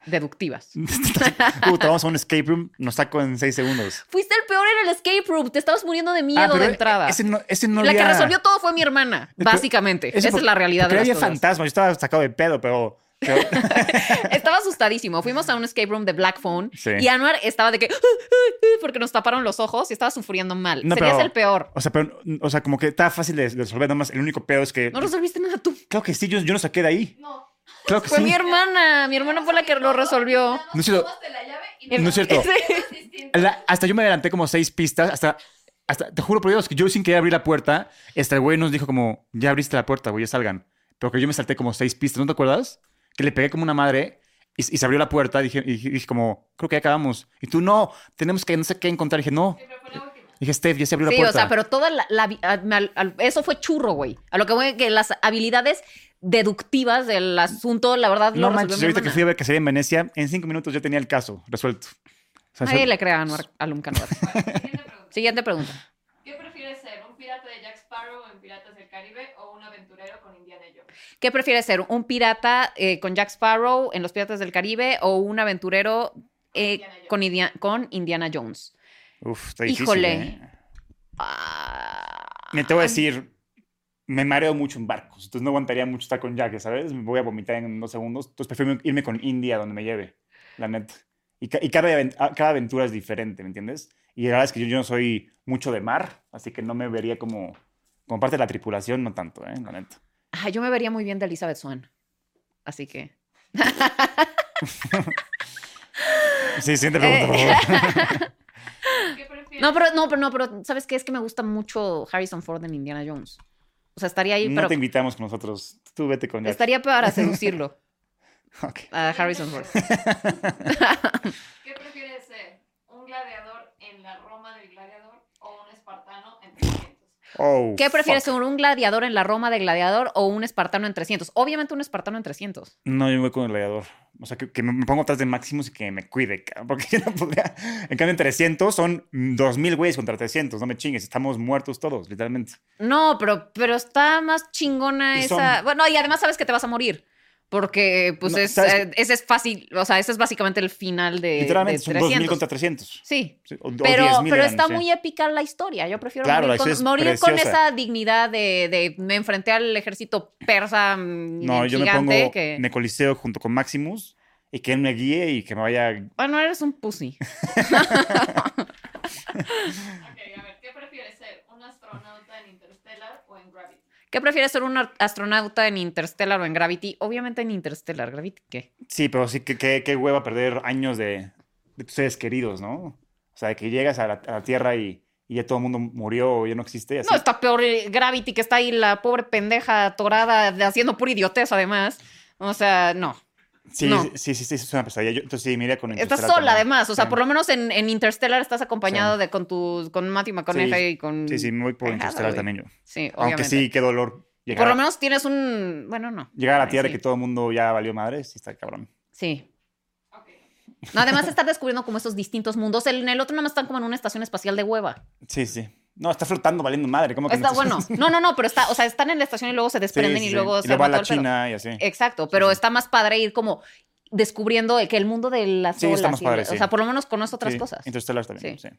A: deductivas.
B: *laughs* Puta, vamos a un escape room, nos saco en seis segundos.
A: Fuiste el peor en el escape room, te estabas muriendo de
B: Ah,
A: miedo
B: pero
A: de entrada.
B: Ese no, ese no
A: la que
B: había-
A: resolvió todo fue mi hermana,
B: Pero-
A: básicamente.
B: ese
A: Esa es
B: por-
A: la realidad
B: porque
A: de las
B: había
A: cosas.
B: fantasmas, yo estaba sacado de pedo, pero... pero- *laughs*
A: Estaba asustadísimo. Fuimos a un escape room de Black Phone
B: Sí.
A: y Anuar estaba de que "Ah, porque nos taparon los ojos y estaba sufriendo mal.
B: No,
A: Serías
B: pero-
A: el peor.
B: o sea, pero, o sea, como que estaba fácil de de resolver, nada más el único pedo es que...
A: No resolviste nada tú.
B: Claro que sí, yo, yo no saqué de ahí.
C: No.
B: Claro que
A: Fue
B: sí.
A: mi hermana. Mi hermana fue la que lo resolvió.
B: No es cierto. No es cierto. La- hasta yo me adelanté como seis pistas, hasta, hasta, te juro por Dios, que yo sin querer abrir la puerta, este güey nos dijo como, ya abriste la puerta, güey, ya salgan. Pero que yo me salté como seis pistas, ¿no te acuerdas? Que le pegué como una madre y, y se abrió la puerta, dije, y dije- dije como, creo que ya acabamos. Y tú, no, tenemos que, no sé qué encontrar. dije, no. Dije, Steph, ya se abrió la
A: Sí, o
B: puerta.
A: sea, pero toda la, la- a- al- al- eso fue churro, güey. A lo que voy que las habilidades deductivas del asunto, la verdad, lo
B: no
A: resolvió
B: manches,
A: mi
B: ahorita que
A: hermana.
B: fui a ver que sería en Venecia, en cinco minutos ya tenía el caso resuelto. O sea,
A: Nadie
B: se-
A: le crea a Anuar Alum
B: *laughs*
A: Canadá. Siguiente pregunta.
C: ¿Qué prefieres ser, un pirata de Jack Sparrow en Piratas del Caribe o un aventurero con Indiana Jones?
A: ¿Qué prefieres ser? ¿Un pirata eh, con Jack Sparrow en Los Piratas del Caribe o un aventurero eh, con, Idia- con Indiana Jones?
B: Uf, está difícil.
A: Híjole.
B: ¿eh?
A: Ah,
B: Me te voy a decir, me mareo mucho en barcos, entonces no aguantaría mucho estar con Jack, ¿sabes? Me voy a vomitar en dos segundos, entonces prefiero irme con India donde me lleve, la neta. Y, ca- y cada, aven- a- cada aventura es diferente, ¿me entiendes? Y la verdad es que yo, yo no soy mucho de mar, así que no me vería como, como parte de la tripulación, no tanto, ¿eh? La neta.
A: ah, yo me vería muy bien de Elizabeth Swan. Así que.
B: Sí,
A: Eh,
B: siguiente pregunta, por favor.
A: *laughs*
C: ¿Qué prefieres?
A: No, pero no, pero no, pero ¿sabes qué? Es que me gusta mucho Harrison Ford en Indiana Jones. O sea, estaría ahí,
B: No
A: pero
B: te invitamos con nosotros, tú vete con Jack.
A: estaría
B: *laughs*
A: para seducirlo
B: Ok.
A: a ah, Harrison Ford.
C: *laughs* ¿Qué prefieres ser, un gladiador en la Roma del gladiador o un espartano en 300?
B: Oh,
A: ¿Qué prefieres,
B: fuck.
A: un, un gladiador en la Roma de gladiador o un espartano en 300? Obviamente un espartano en 300.
B: No, yo me voy con el gladiador. O sea, que, que me pongo atrás de Maximus y que me cuide, cabrón, porque *laughs* yo no podría. En cambio, en 300 son 2000 güeyes contra 300. No me chingues, estamos muertos todos, literalmente.
A: No, pero, pero está más chingona
B: Y
A: esa.
B: son-
A: Bueno, y además sabes que te vas a morir. Porque, pues,
B: No,
A: es,
B: ¿sabes
A: eh, ese es fácil. O sea, ese es básicamente el final de.
B: literalmente
A: Eh, de
B: son 2000
A: 300.
B: contra 300.
A: Sí.
B: Sí, o- o
A: Pero,
B: 10,000
A: pero
B: eran,
A: está
B: sí.
A: muy épica la historia. Yo prefiero
B: Claro, la
A: morir, con,
B: historia es
A: morir con
B: preciosa.
A: esa dignidad de, de me enfrenté al ejército persa mm,
B: No, yo me
A: gigante.
B: pongo
A: que...
B: en el Coliseo junto con Maximus y que él me guíe y que me vaya.
A: Bueno, eres un pussy.
C: Ok, a ver, ¿qué prefieres ser? ¿Un astronauta en Interstellar o en Gravity?
A: ¿Qué prefieres ser un ar- astronauta en Interstellar o en Gravity? Obviamente en Interstellar. ¿Gravity qué?
B: Sí, pero sí, que qué, qué hueva perder años de, de tus seres queridos, ¿no? O sea, de que llegas a la, a la Tierra y, y ya todo el mundo murió o ya no existe. y Así.
A: No, está peor eh, Gravity que está ahí la pobre pendeja atorada de- haciendo pura idiotez además. O sea, no.
B: sí,
A: no.
B: sí, sí, sí, sí, es una pesadilla. Yo, entonces sí, mira con
A: Estás
B: Interestelar
A: sola
B: también.
A: además. O sea,
B: Sí.
A: por lo menos en, en Interstellar estás acompañado
B: Sí.
A: de con tus con Matthew McConaughey y con.
B: Sí, sí, me voy por
A: Cagada,
B: Interstellar
A: güey.
B: también yo.
A: Sí,
B: Aunque
A: obviamente.
B: sí, qué dolor llegar,
A: Por lo
B: a-
A: menos tienes un. Bueno, no.
B: llegar a la Tierra
A: Sí.
B: y que todo el mundo ya valió madre. Sí, está cabrón.
A: Sí.
C: Ok.
A: No, además estás descubriendo como esos distintos mundos. El- En el otro nada más están como en una estación espacial de hueva.
B: Sí, sí. No, está flotando valiendo madre. ¿Cómo que no
A: Está
B: estás-
A: bueno.
B: *laughs*
A: No, no, no, pero está, o sea, están en la estación y luego se
B: Sí,
A: desprenden
B: sí,
A: y
B: sí.
A: luego se
B: va a
A: arma
B: la
A: todo el pedo.
B: China y así.
A: Exacto, pero
B: sí.
A: está más padre ir como descubriendo que el mundo de las
B: Sí, está
A: olas
B: más
A: y-
B: padre,
A: O
B: sí.
A: sea, por lo menos conoces otras
B: Sí,
A: cosas.
B: Interstellar también.
A: Sí.
B: Sí.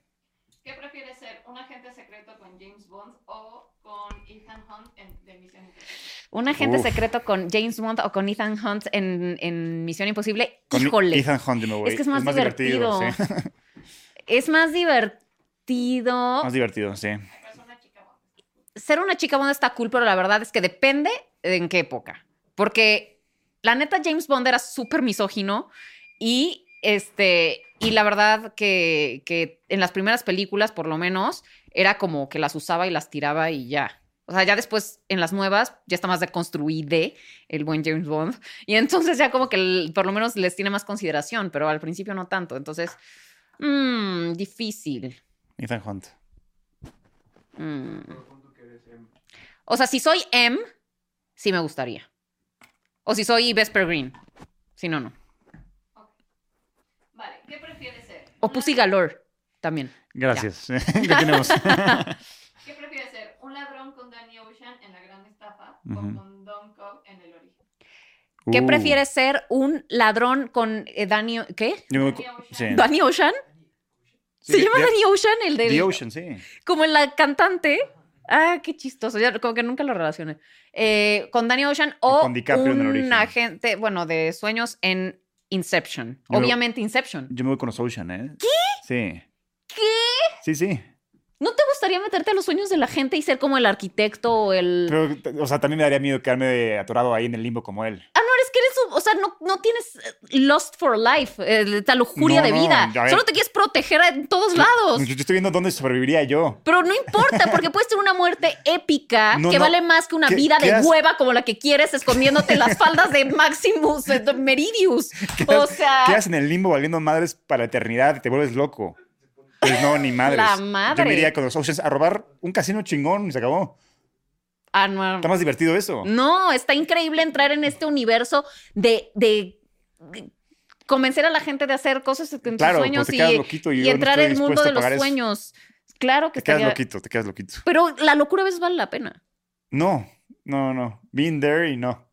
C: ¿Qué prefieres ser? ¿Un agente secreto con James Bond o con Ethan Hunt en, de Misión Imposible?
A: Un agente
B: Uf.
A: secreto con James Bond o con Ethan Hunt en, en Misión Imposible.
B: Con
A: Híjole.
B: Ethan Hunt, yo me voy.
A: es que es más, divertido.
B: sí.
A: Es más divertido.
B: Más divertido, sí.
C: ¿Acaso una chica Bond?
A: Ser una chica Bond está cool, pero la verdad es que depende en qué época. Porque la neta, James Bond era súper misógino y este. Y la verdad que, que en las primeras películas, por lo menos, era como que las usaba y las tiraba y ya. O sea, ya después en las nuevas ya está más deconstruida el buen James Bond. *laughs* Y entonces ya como que el- por lo menos les tiene más consideración, pero al principio no tanto. Entonces, mm, difícil.
B: Ethan Hunt.
A: Mm. O sea, si soy M, sí me gustaría. O si soy Vesper Green. Si no, no.
C: Vale, ¿qué prefieres ser?
A: O
C: ¿Un
A: Pussy
C: ladrón-
A: Galore también.
B: Gracias. *laughs* Ya tenemos.
C: ¿Qué prefieres ser? ¿Un ladrón con Danny Ocean en La Gran Estafa o
B: Ujú.
C: con Don Cobb en El Origen?
A: *laughs* ¿Qué
B: Uh,
A: prefieres ser un ladrón con eh, Danny... ¿Qué?
B: Yo me
A: *laughs*
B: voy con- sí.
A: ¿Danny Ocean? ¿Se
B: Sí,
A: llama
B: The-
A: Danny Ocean el de...
B: The Ocean, sí.
A: Como en la cantante. Ah, qué chistoso. Ya como que nunca lo relacioné. Eh, con Danny Ocean o,
B: O con DiCaprio en El
A: un
B: Origen.
A: agente, bueno, de sueños en Inception.
B: Yo-
A: Obviamente Inception.
B: Yo me voy con los Ocean, ¿eh? ¿Qué? Sí. ¿Qué? Sí, sí.
A: ¿No te gustaría meterte a los sueños de la gente y ser como el arquitecto o el...
B: Pero, o sea, también me daría miedo quedarme atorado ahí en el limbo como él.
A: Ah, no, es que eres, un- o sea, no, no tienes eh, lust for life, eh, esta lujuria
B: No,
A: de
B: no,
A: vida.
B: ya ves.
A: Solo te quieres proteger en todos lados.
B: Yo, yo estoy viendo dónde sobreviviría yo.
A: Pero no importa, porque puedes tener una muerte épica
B: No,
A: que
B: no.
A: vale más que una
B: ¿Qué-
A: vida
B: qué
A: de
B: has-
A: hueva como la que quieres escondiéndote en las faldas de Maximus eh, de
B: *laughs*
A: Meridius. O sea,
B: Quedas en el limbo valiendo madres para la eternidad y te vuelves loco. Pues no, ni madres.
A: La madre.
B: Yo me iría con los Oceans a robar un casino chingón y se acabó.
A: ah, no.
B: Está más divertido
A: Mm,
B: eso.
A: No, está increíble entrar en este universo de, de- de convencer a la gente de hacer cosas en sus
B: Claro, porque
A: sueños
B: te
A: y,
B: quedas loquito y
A: y
B: yo no
A: entrar
B: estoy
A: en el mundo
B: dispuesto
A: de
B: a
A: los
B: pagar eso.
A: sueños. Claro que
B: Te quedas
A: estaría-
B: loquito, te quedas loquito.
A: Pero la locura a veces vale la
B: *laughs*
A: pena.
B: No, no, no. Been there y no.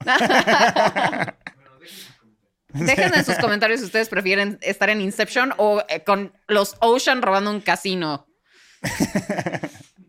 A: Déjenme en sus comentarios si ustedes prefieren estar en Inception o eh, con los Ocean robando un casino.
B: *laughs*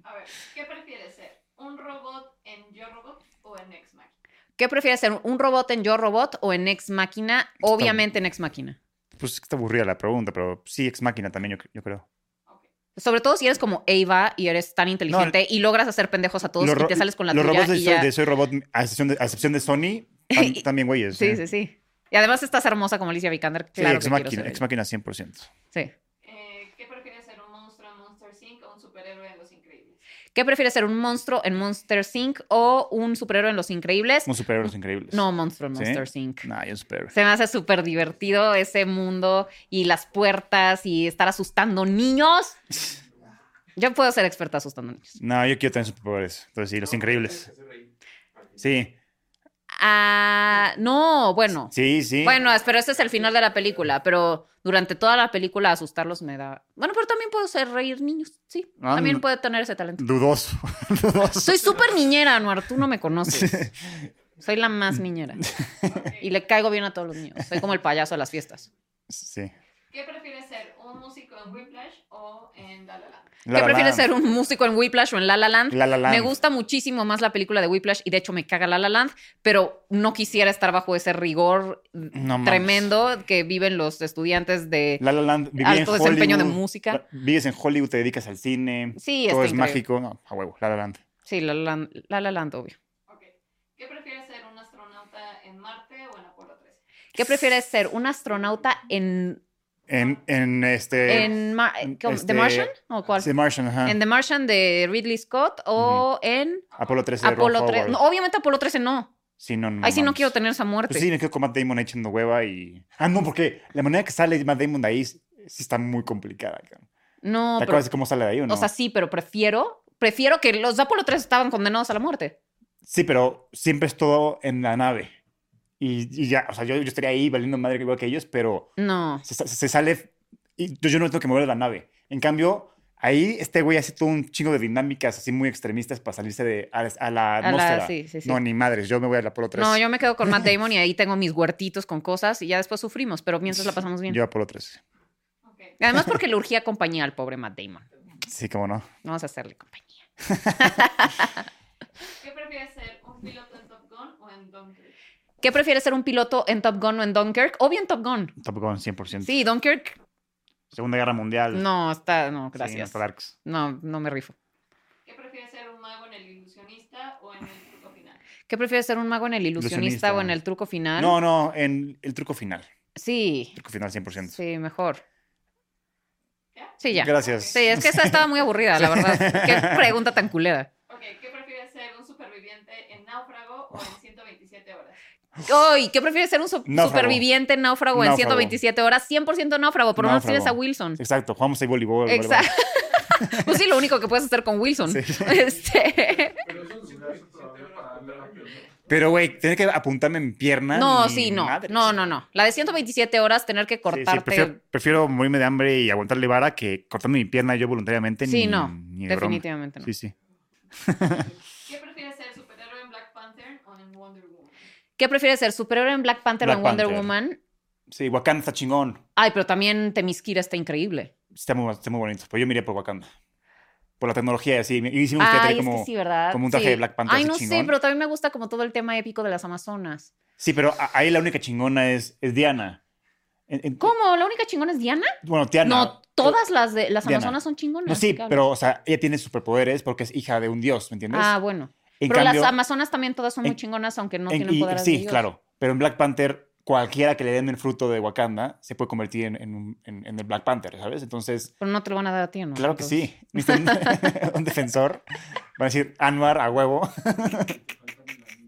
C: A ver, ¿qué prefieres ser? ¿Un robot en Yo Robot o en Ex Machina?
A: ¿Qué prefieres ser? ¿Un robot en Yo Robot o en Ex Máquina? Obviamente en Ex Máquina.
B: Pues es que está aburrida la pregunta, pero sí, ex máquina también, yo, yo creo.
C: Ok.
A: Sobre todo si eres como Ava y eres tan inteligente y logras hacer pendejos a todos
B: Los
A: y
B: ro-
A: te sales con la
B: Los
A: tuya
B: robots de
A: y
B: soy,
A: ya.
B: de Soy Robot, a excepción de, a excepción de Sony, tam- también güeyes.
A: Sí,
B: ¿eh?
A: sí, sí. Y además estás hermosa como Alicia Vikander.
B: Sí,
A: Claro
B: ex
A: que quiero
B: máquina,
A: ser
B: ex
A: ella.
B: máquina 100%.
A: Sí.
C: Eh, ¿Qué prefieres ser? ¿Un monstruo en Monsters Inc. o un superhéroe en Los Increíbles?
A: ¿Qué prefieres ser? ¿Un monstruo en Monster Inc. o un superhéroe en Los Increíbles?
B: Unos superhéroes increíbles.
A: No, monstruo en
B: ¿Sí?
A: Monster Inc.
B: Nah, yo superhéroe.
A: Se me hace súper divertido
B: *laughs*
A: ese mundo y las puertas y estar asustando niños. Yo puedo ser experta asustando niños.
B: No, yo quiero tener superpoderes. Entonces, sí, los increíbles. Sí,
A: Ah, no, bueno.
B: sí, sí.
A: Bueno, es- pero ese es el final de la película. Pero durante toda la película asustarlos me da. Bueno, pero también puedo ser reír niños. Sí.
B: Ah,
A: también
B: no.
A: puedo tener ese talento.
B: Dudoso. *laughs* Dudoso.
A: Soy súper niñera, Anuar. Tú no me conoces. Soy la más niñera. Y le caigo bien a todos los niños. Soy como el payaso de las fiestas.
B: Sí.
C: ¿Qué prefieres ser? ¿Un músico en Whiplash o en La La Land?
A: ¿Qué prefieres ser un músico en Whiplash o en La La Land?
B: La La Land.
A: Me gusta muchísimo más la película de Whiplash y de hecho me caga La La Land, pero no quisiera estar bajo ese rigor
B: No mames.
A: tremendo que viven los estudiantes de...
B: La La Land, viví
A: Alto
B: en Hollywood.
A: desempeño de música.
B: Vives en Hollywood, te dedicas al cine.
A: Sí,
B: Todo
A: está
B: es
A: increíble.
B: mágico. No, a huevo, La La Land.
A: Sí, La La Land, La La Land, obvio.
C: Ok. ¿Qué prefieres ser? ¿Un astronauta en Marte o en Apolo 13?
A: ¿Qué prefieres ser? ¿Un astronauta en...
B: En, en este...
A: en Mar-
B: en
A: ¿cómo?
B: este-
A: ¿The Martian? ¿O cuál?
B: The Martian, ajá.
A: ¿En The Martian de Ridley Scott o en
B: Apolo 13 de Ron
A: Apolo
B: Howard.
A: 13? No, obviamente Apolo 13 no.
B: Sí, no, no.
A: Ahí sí no
B: mames.
A: quiero tener esa muerte.
B: Pues sí, me quedo con Matt Damon echando hueva y... Ah, no, porque la manera que sale Matt Damon de ahí sí está muy complicada. cabrón.
A: No,
B: ¿Te
A: pero-
B: acuerdas de cómo sale de ahí o no?
A: O sea, sí, pero prefiero, prefiero que los de Apolo 3 estaban condenados a la muerte.
B: Sí, pero siempre es todo en la nave. Y, y ya, o sea, yo, yo estaría ahí valiendo madre igual que ellos, pero
A: No.
B: se, sa- se sale... Y yo, yo no tengo que mover la nave. En cambio, ahí este güey hace todo un chingo de dinámicas así muy extremistas para salirse de, a, a la
A: A la-
B: atmósfera.
A: sí, sí, sí.
B: No, ni madres, yo me voy al Apolo 3.
A: No, yo me quedo con
B: *laughs*
A: Matt Damon y ahí tengo mis huertitos con cosas y ya después sufrimos, pero mientras la pasamos bien.
B: Yo Apolo 3.
C: Ok.
A: Y Además porque le urgía compañía al pobre Matt Damon.
B: Sí, cómo no.
A: Vamos a hacerle compañía.
C: ¿Qué prefieres ser? ¿Un piloto en Top Gun o en Dunkirk?
A: ¿Qué prefieres ser un piloto en Top Gun o en Dunkirk? Obvio en Top Gun.
B: Top Gun 100%.
A: Sí, Dunkirk.
B: Segunda Guerra Mundial.
A: No, está, no,
B: Sí,
A: gracias.
B: hasta Darks.
A: No, no me rifo.
C: ¿Qué prefieres ser? ¿Un mago en El Ilusionista o en El Truco Final?
A: ¿Qué prefieres ser un mago en el ilusionista,
B: Ilusionista.
A: o en el truco final?
B: No, no, en el truco final.
A: Sí,
B: Truco final 100%.
A: sí, mejor.
C: ¿Ya?
A: Sí, ya.
B: Gracias.
A: Sí, es que esa estaba muy aburrida, la verdad.
B: *laughs*
A: Qué pregunta tan culera.
C: Ok, ¿qué prefieres ser? ¿Un superviviente en Náufrago o en 127 horas?
A: Ay, ¿qué prefieres ser un so-
B: Náufrago.
A: superviviente náufrago, en
B: Náufrago.
A: 127 horas? 100% náufrago, por lo menos
B: Náufrago.
A: tienes a Wilson.
B: Exacto, jugamos ahí voleibol.
A: Exacto. *laughs* pues sí, lo único que puedes hacer con Wilson.
B: Sí.
A: Este,
B: voleibol. Pero, güey, tener que apuntarme en pierna.
A: No,
B: ni
A: sí, no.
B: madres.
A: No, no, no. La de 127 horas, tener que
B: Sí, sí,
A: cortarte. Sí,
B: prefiero, prefiero morirme de hambre y aguantarle vara que cortarme mi pierna yo voluntariamente. ni-
A: no.
B: ni de broma.
A: definitivamente no.
B: Sí, sí.
C: ¿Qué prefieres ser? ¿Superhéroe en Black Panther o en Wonder Woman?
A: ¿Qué prefieres ser? ¿Superhéroe en Black Panther o
B: Black
A: en Wonder
B: Panther.
A: Woman?
B: Sí, Wakanda está chingón.
A: Ay, pero también Temiskira está increíble.
B: Está muy, está muy bonito. Pues yo me iría por Wakanda. Por la tecnología y así. Y sí me gustaría
A: Ay,
B: tener como.
A: es que sí, ¿verdad?
B: como un traje
A: Sí.
B: de Black Panther
A: Ay,
B: así
A: no sé,
B: chingón.
A: pero también me gusta como todo el tema épico de las Amazonas.
B: Sí, pero a- ahí la única chingona es, es Diana. En- en-
A: ¿Cómo? ¿La única chingona es Diana?
B: Bueno, Diana. Eh,
A: No, todas las de las
B: Diana.
A: Amazonas son chingonas.
B: No, sí,
A: ¿de qué hablas?
B: pero, o sea, ella tiene superpoderes porque es hija de un dios, ¿me entiendes?
A: Ah, bueno.
B: en
A: pero
B: cambio,
A: las Amazonas también todas son muy
B: en-
A: chingonas, aunque no
B: en-
A: tienen
B: y-
A: poderes
B: Sí,
A: de Dios.
B: claro. Pero en Black Panther, cualquiera que le den el fruto de Wakanda se puede convertir en, en un- en- en el Black Panther, ¿sabes? Entonces,
A: Pero no te lo van a dar a ti, ¿no?
B: claro que sí. *laughs* Necesitan un defensor. Van a decir, Anwar, a huevo. *laughs*
A: Entonces,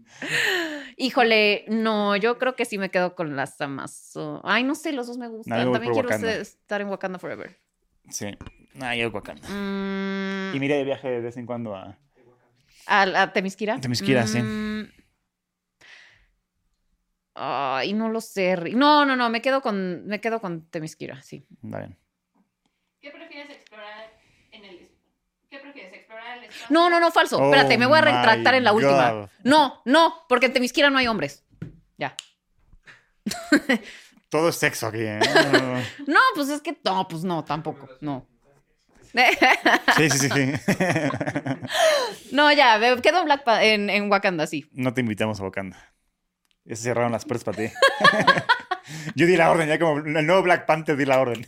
A: Híjole, no, yo creo que sí me quedo con las Amazonas. Ay, no sé, los dos me gustan.
B: No, yo voy
A: también
B: por
A: quiero
B: Wakanda.
A: ser- estar en Wakanda Forever.
B: Sí. Ah, yo Wakanda.
A: Mm,
B: Y mira de viaje de vez en cuando a...
A: ¿A, a Mm. Temisquira?
B: Temisquira, sí.
A: sí. Ay, no lo sé. Ri- No, no, no, me quedo con, me quedo con Temisquira, sí.
B: Está bien.
C: ¿Qué prefieres explorar en el ¿Qué prefieres explorar el espacio?
A: No, no, no, falso. Espérate, me voy a
B: Oh my
A: retractar en la última.
B: God.
A: No, no, porque en Temisquira no hay hombres. Ya.
B: Todo es sexo aquí, ¿eh?
A: No, pues es que no, pues no, tampoco. No.
B: *laughs*
A: *laughs*
B: Sí, sí, sí. sí.
A: no, ya, me quedo en, Black Pa- en, en Wakanda, sí.
B: No te invitamos a Wakanda. Ya se cerraron las puertas para ti. *laughs* Yo di la orden, ya como el nuevo Black Panther di la orden.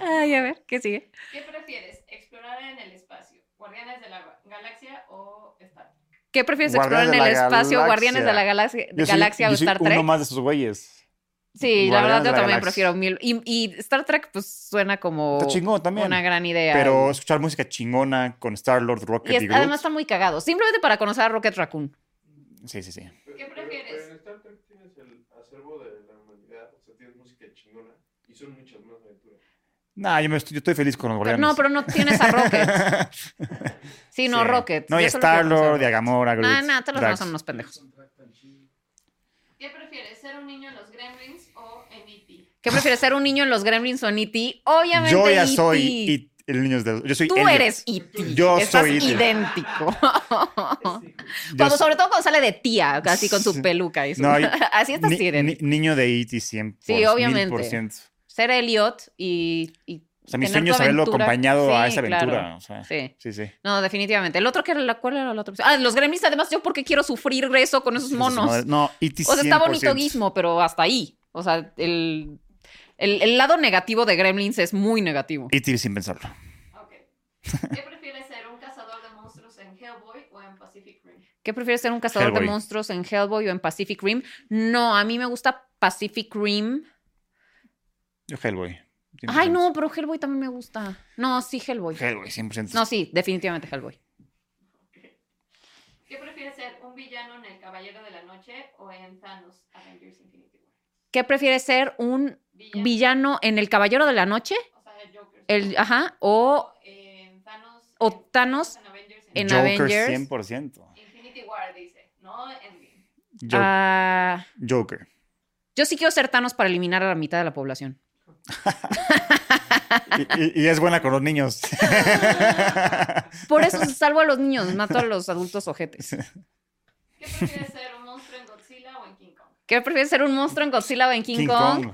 A: Ay, a ver, ¿qué sigue?
C: ¿Qué prefieres explorar en el espacio? ¿Guardianes de la Ga- Galaxia o Star Trek?
A: ¿Qué prefieres
B: Guardianes
A: explorar en el
B: de la
A: espacio?
B: Galaxia.
A: ¿Guardianes de la Galaxia,
B: Yo soy-
A: Galaxia
B: yo
A: o
B: soy
A: Star Trek?
B: uno más de esos güeyes.
A: Sí, la verdad yo
B: Guardianes de la
A: también
B: Galaxia.
A: prefiero mil. Y, y Star Trek, pues suena como
B: Está chingón también.
A: una gran idea.
B: Pero escuchar música chingona con Star-Lord, Rocket
A: y
B: y,
A: es-
B: Groot.
A: además están muy cagados. Simplemente para conocer a Rocket Raccoon.
B: Sí, sí, sí.
C: ¿Qué prefieres?
D: en Star Trek tienes el acervo de la humanidad, o sea, tienes música chingona y son muchas más aventuras.
B: No, yo, me estoy, yo estoy feliz con los
A: Pero-
B: guardianes.
A: no, pero no tienes a
B: *laughs*
A: Rocket. Sí, no,
B: Sí.
A: Rocket.
B: No, y
A: Yo solo quiero
B: Star-Lord, y
A: conocer a Rocket.
B: Gamora, Groot.
A: Ah, no, todos los demás
B: Drax.
A: son unos pendejos.
C: ¿Qué prefieres, ser un niño en los Gremlins o en E E.T.?
A: ¿Qué prefieres ser un niño en los Gremlins o en E.T.? Obviamente.
B: Yo ya
A: E.T..
B: soy y- el niño de Yo soy
A: Tú
B: Elliot.
A: eres E.T.
B: Yo
A: Estás
B: soy E.T..
A: idéntico.
B: Yo
A: Cuando,
B: soy-
A: sobre todo cuando sale de tía, así con su peluca y su-
B: No, y-
A: *laughs* Así estás
B: ni-
A: idéntico.
B: ni- niño de E E.T. 100%.
A: Sí, obviamente.
B: 1000%.
A: ser Elliot y, y
B: O sea, mi
A: tener
B: sueño
A: tu
B: es haberlo
A: aventura.
B: acompañado a
A: Sí,
B: esa aventura.
A: claro.
B: O sea, sí.
A: Sí.
B: sí,
A: No, definitivamente. El otro que era la cuál era la otra opción? Ah, los gremlins, además, yo porque quiero sufrir eso con esos monos.
B: No, E E.T. 100%.
A: O sea, está bonito guismo, pero hasta ahí. O sea, el, el, el lado negativo de gremlins es muy negativo.
B: E.T. E sin pensarlo.
C: Ok. ¿Qué prefieres ser un cazador de monstruos en Hellboy o en Pacific Rim?
A: ¿Qué prefieres ser un cazador de
B: Hellboy.
A: monstruos en Hellboy o en Pacific Rim? No, a mí me gusta Pacific Rim.
B: Yo Hellboy. 100%.
A: Ay, no, pero Hellboy también me gusta. No, sí, Hellboy.
B: Hellboy, 100%.
A: No, sí, definitivamente Hellboy.
C: ¿Qué prefieres ser un villano en El Caballero de la Noche o en Thanos Avengers Infinity War?
A: ¿Qué prefieres ser un
C: Villano,
A: villano en El Caballero de la Noche?
C: o sea, el Joker.
A: El, ajá, o
C: en Thanos.
A: o
C: en
A: Thanos
C: en Avengers
A: en
B: Joker,
A: Avengers.
B: 100%.
C: Infinity War dice, no Endgame.
B: Jo-
A: ah,
B: Joker.
A: Yo sí quiero ser Thanos para eliminar a la mitad de la población.
B: Y, y- y es buena con los niños.
A: Por eso salvo a los niños, mato a los adultos ojetes.
C: ¿Qué prefieres ser un monstruo en Godzilla o en King Kong?
A: ¿Qué prefieres ser un monstruo en Godzilla o en *laughs* King, Kong?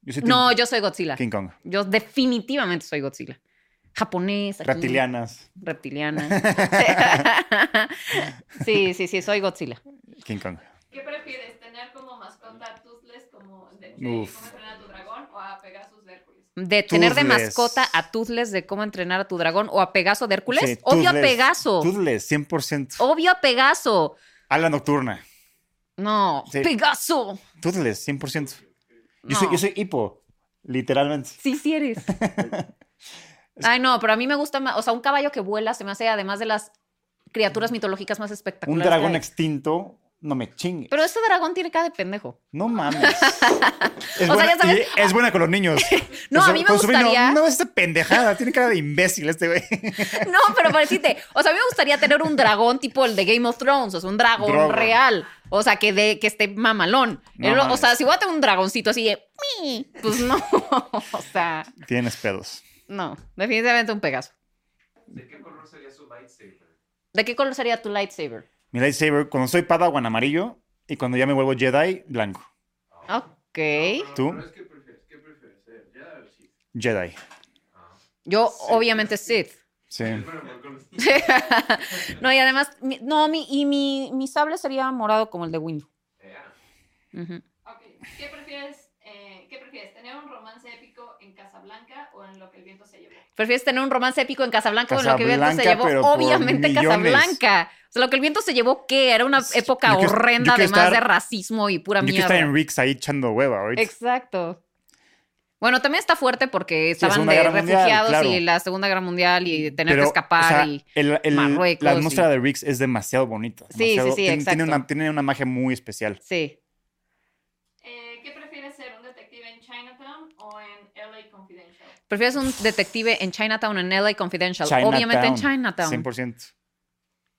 B: Yo soy
A: No, yo soy Godzilla.
B: Team King Kong.
A: Yo definitivamente soy Godzilla. Japonés. aquí,
B: Reptilianas. *laughs*
A: Reptiliana. sí, sí, sí, soy Godzilla.
B: King Kong.
C: ¿Qué prefieres, tener como mascota a Toothless como de, de
B: Uf.
C: cómo entrenar a tu dragón o a Pegasus de Hércules?
A: De tener de
B: Toothless.
A: mascota a Toothless de cómo entrenar a tu dragón o a Pegaso de Hércules.
B: Sí,
A: Obvio a
B: Toothless.
A: Pegaso. Oh.
B: Toothless, 100%.
A: Obvio a Pegaso.
B: A la nocturna.
A: No,
B: Sí.
A: Pegaso.
B: Toothless, 100%. Yo,
A: No.
B: soy, yo soy hipo, literalmente.
A: Sí, sí
B: *laughs*
A: eres. Ay, no, pero a mí me gusta más. O sea, un caballo que vuela se me hace, además de las criaturas mitológicas más
B: Mm. Un
A: espectaculares.
B: dragón
A: que hay.
B: extinto, no me chingue.
A: Pero ese dragón tiene cara de pendejo.
B: No mames. Es,
A: O sea,
B: buena,
A: ya sabes-
B: y es buena con los niños.
A: *laughs* No,
B: Con su-
A: a mí me
B: con su vino,
A: gustaría.
B: No, esta pendejada. Tiene cara de imbécil este güey.
A: *laughs*
B: *laughs*
A: No, pero para decirte, o sea, a mí me gustaría tener un dragón tipo el de Game of Thrones, o sea, un dragón
B: Drogon.
A: real, o sea, que, de, que esté mamalón.
B: No
A: El- o
B: mames.
A: sea, si voy a tener un dragoncito así de, "Mi", pues no, *laughs* o sea,
B: Tienes pedos.
A: no, definitivamente un Pegaso.
D: ¿De qué color sería su lightsaber?
A: ¿De qué color sería tu lightsaber?
B: Mi lightsaber, cuando soy padawan amarillo y cuando ya me vuelvo Jedi, blanco.
A: Ok.
D: No,
B: ¿Tú?
D: pero es que prefieres, ¿Qué prefieres ser? ¿Ya o sí?
B: Jedi.
A: Yo, obviamente, Sith. *laughs*
B: Sí.
D: Bueno, por con-
A: No, y además, mi- no, mi, y mi, mi sable sería morado como el de Windu.
D: Ya.
A: Ujú.
C: Ok, ¿qué prefieres, eh, ¿qué prefieres, tener un romance épico en Casablanca o en Lo que el viento se llevó?
A: ¿Prefieres tener un romance épico en Casablanca, o en lo que el viento se
B: Casablanca,
A: llevó?
B: pero por
A: Obviamente
B: millones.
A: Casablanca. O sea, lo que el viento se llevó, ¿qué? Era una época
B: yo quiero- yo
A: horrenda,
B: quiero
A: además
B: estar-
A: de racismo y pura
B: Yo quiero estar en
A: mierda.
B: Rix ahí echando hueva ahorita.
A: Exacto. Bueno, también está fuerte porque estaban
B: Segunda
A: de
B: Guerra Mundial,
A: refugiados
B: claro.
A: y la Segunda Guerra Mundial y tener
B: Pero,
A: que escapar
B: o sea,
A: y...
B: el- el-
A: Marruecos
B: La atmósfera de Rix es demasiado bonita.
A: Sí, sí,
B: demasiado-
A: sí,
B: tiene, tiene
A: exacto.
B: una, tiene una magia muy especial.
A: Sí.
C: Eh, ¿Qué prefieres ser, un detective en Chinatown o en LA Confidential?
A: ¿Prefieres un detective en Chinatown o en LA Confidential? Obviamente en Chinatown.
B: 100%.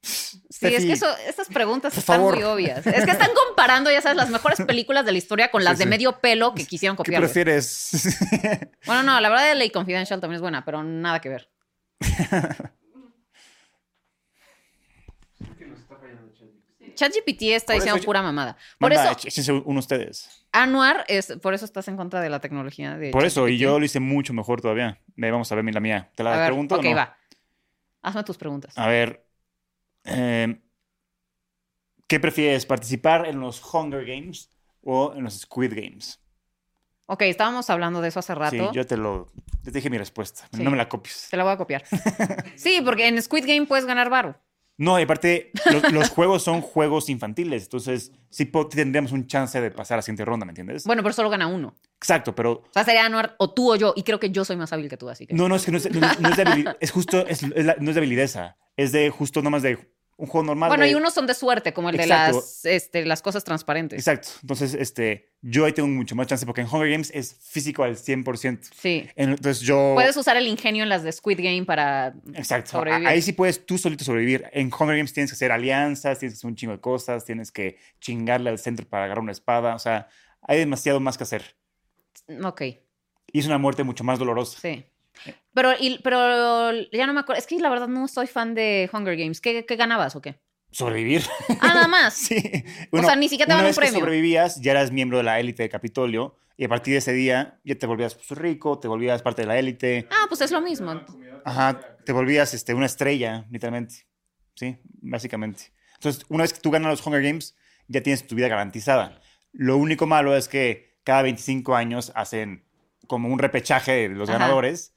A: Sí, es
B: Steffi.
A: que eso, estas preguntas
B: Por
A: están
B: favor.
A: muy obvias. Es que están comparando, ya sabes, las mejores películas de la historia con las
B: Sí,
A: de
B: sí.
A: medio pelo que quisieron
B: ¿Qué
A: copiar. güey.
B: prefieres? *laughs*
A: Bueno, no, la verdad de Ley Confidential también es buena, pero nada que ver.
D: Es que nos está fallando Chadwick.
A: ChatGPT está
B: Por
A: diciendo
B: eso-
A: pura mamada. Por
B: Manda,
A: eso,
B: échense uno ustedes.
A: Anuar, es, por eso estás en contra de la tecnología. De
B: Por eso, y
A: ChatGPT.
B: yo lo hice mucho mejor todavía. Ve, Vamos a ver mi- la mía. ¿Te la
A: A ver,
B: pregunto? o
A: Ok,
B: no? Ah.
A: va. Hazme tus preguntas.
B: A ver. eh, ¿Qué prefieres? ¿Participar en los Hunger Games o en los Squid Games?
A: Ok, estábamos hablando de eso hace rato.
B: Sí, yo te lo. Te dije mi respuesta.
A: Sí.
B: No me la copies.
A: Te la voy a
B: *laughs*
A: copiar. sí, porque en Squid Game puedes ganar varo.
B: No, y aparte, lo- *laughs* los juegos son juegos infantiles. Entonces, sí po- tendríamos un chance de pasar a la siguiente ronda, ¿me entiendes?
A: Bueno, pero solo gana uno.
B: Exacto, pero.
A: O sea, sería Anuar o tú o yo, y creo que yo soy más hábil que tú, así que...
B: No, no, es que no es, no- no es de habilidad. Es justo. Es, es la- no es de habilidad esa. Es de justo nomás de un juego normal.
A: Bueno,
B: de-
A: y unos son de suerte, como el de
B: Exacto.
A: las, este, las cosas transparentes.
B: Exacto. Entonces, este, yo ahí tengo mucho más chance porque en Hunger Games es físico al 100%.
A: Sí.
B: En- Entonces yo...
A: Puedes usar el ingenio en las de Squid Game para.
B: Exacto.
A: sobrevivir.
B: A- Ahí sí puedes tú solito sobrevivir. En Hunger Games tienes que hacer alianzas, tienes que hacer un chingo de cosas, tienes que chingarle al centro para agarrar una espada. O sea, hay demasiado más que hacer.
A: Ok,
B: Y es una muerte mucho más dolorosa.
A: sí. Pero, y- pero ya no me acuerdo. Es que la verdad no soy fan de Hunger Games. ¿Qué, qué ganabas o qué?
B: Sobrevivir. *laughs*
A: Ah, nada más.
B: sí.
A: o sea, ni siquiera te
B: una
A: dan un
B: vez que
A: premio.
B: sobrevivías, ya eras miembro de la élite de Capitolio. Y a partir de ese día ya te volvías pues, rico, te volvías parte de la élite.
A: Ah, pues es lo mismo.
B: Ajá, te volvías este, una estrella, literalmente. Sí, básicamente. Entonces, una vez que tú ganas los Hunger Games, ya tienes tu vida garantizada. Lo único malo es que cada 25 años hacen como un repechaje de los
A: Ajá.
B: ganadores.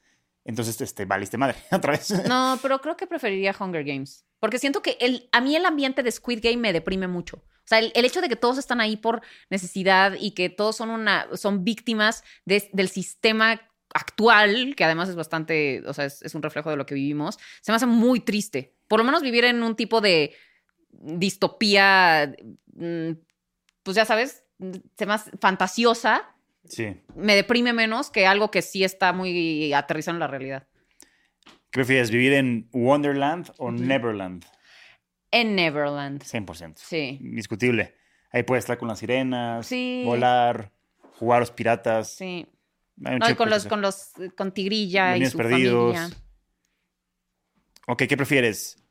B: Entonces, este, valiste madre *laughs* otra vez.
A: No, pero creo que preferiría Hunger Games. Porque siento que el, a mí el ambiente de Squid Game me deprime mucho. O sea, el, el hecho de que todos están ahí por necesidad y que todos son, una, son víctimas de- del sistema actual, que además es bastante, o sea, es, es un reflejo de lo que vivimos, se me hace muy triste. Por lo menos vivir en un tipo de distopía, mm, pues ya sabes, se me hace fantasiosa,
B: Sí.
A: me deprime menos que algo que sí está muy aterrizado en la realidad.
B: ¿Qué prefieres, vivir en Wonderland o
A: Ujú.
B: Neverland?
A: En Neverland.
B: 100%.
A: Sí.
B: Indiscutible. Ahí puedes estar con las sirenas,
A: Sí.
B: volar, jugar a los piratas.
A: Sí.
B: Hay un
A: No, y
B: chingo
A: con
B: de
A: los,
B: cosas.
A: con los, eh, con Tigrilla
B: Los
A: y
B: niños
A: su
B: perdidos.
A: familia.
B: Ok, ¿qué prefieres?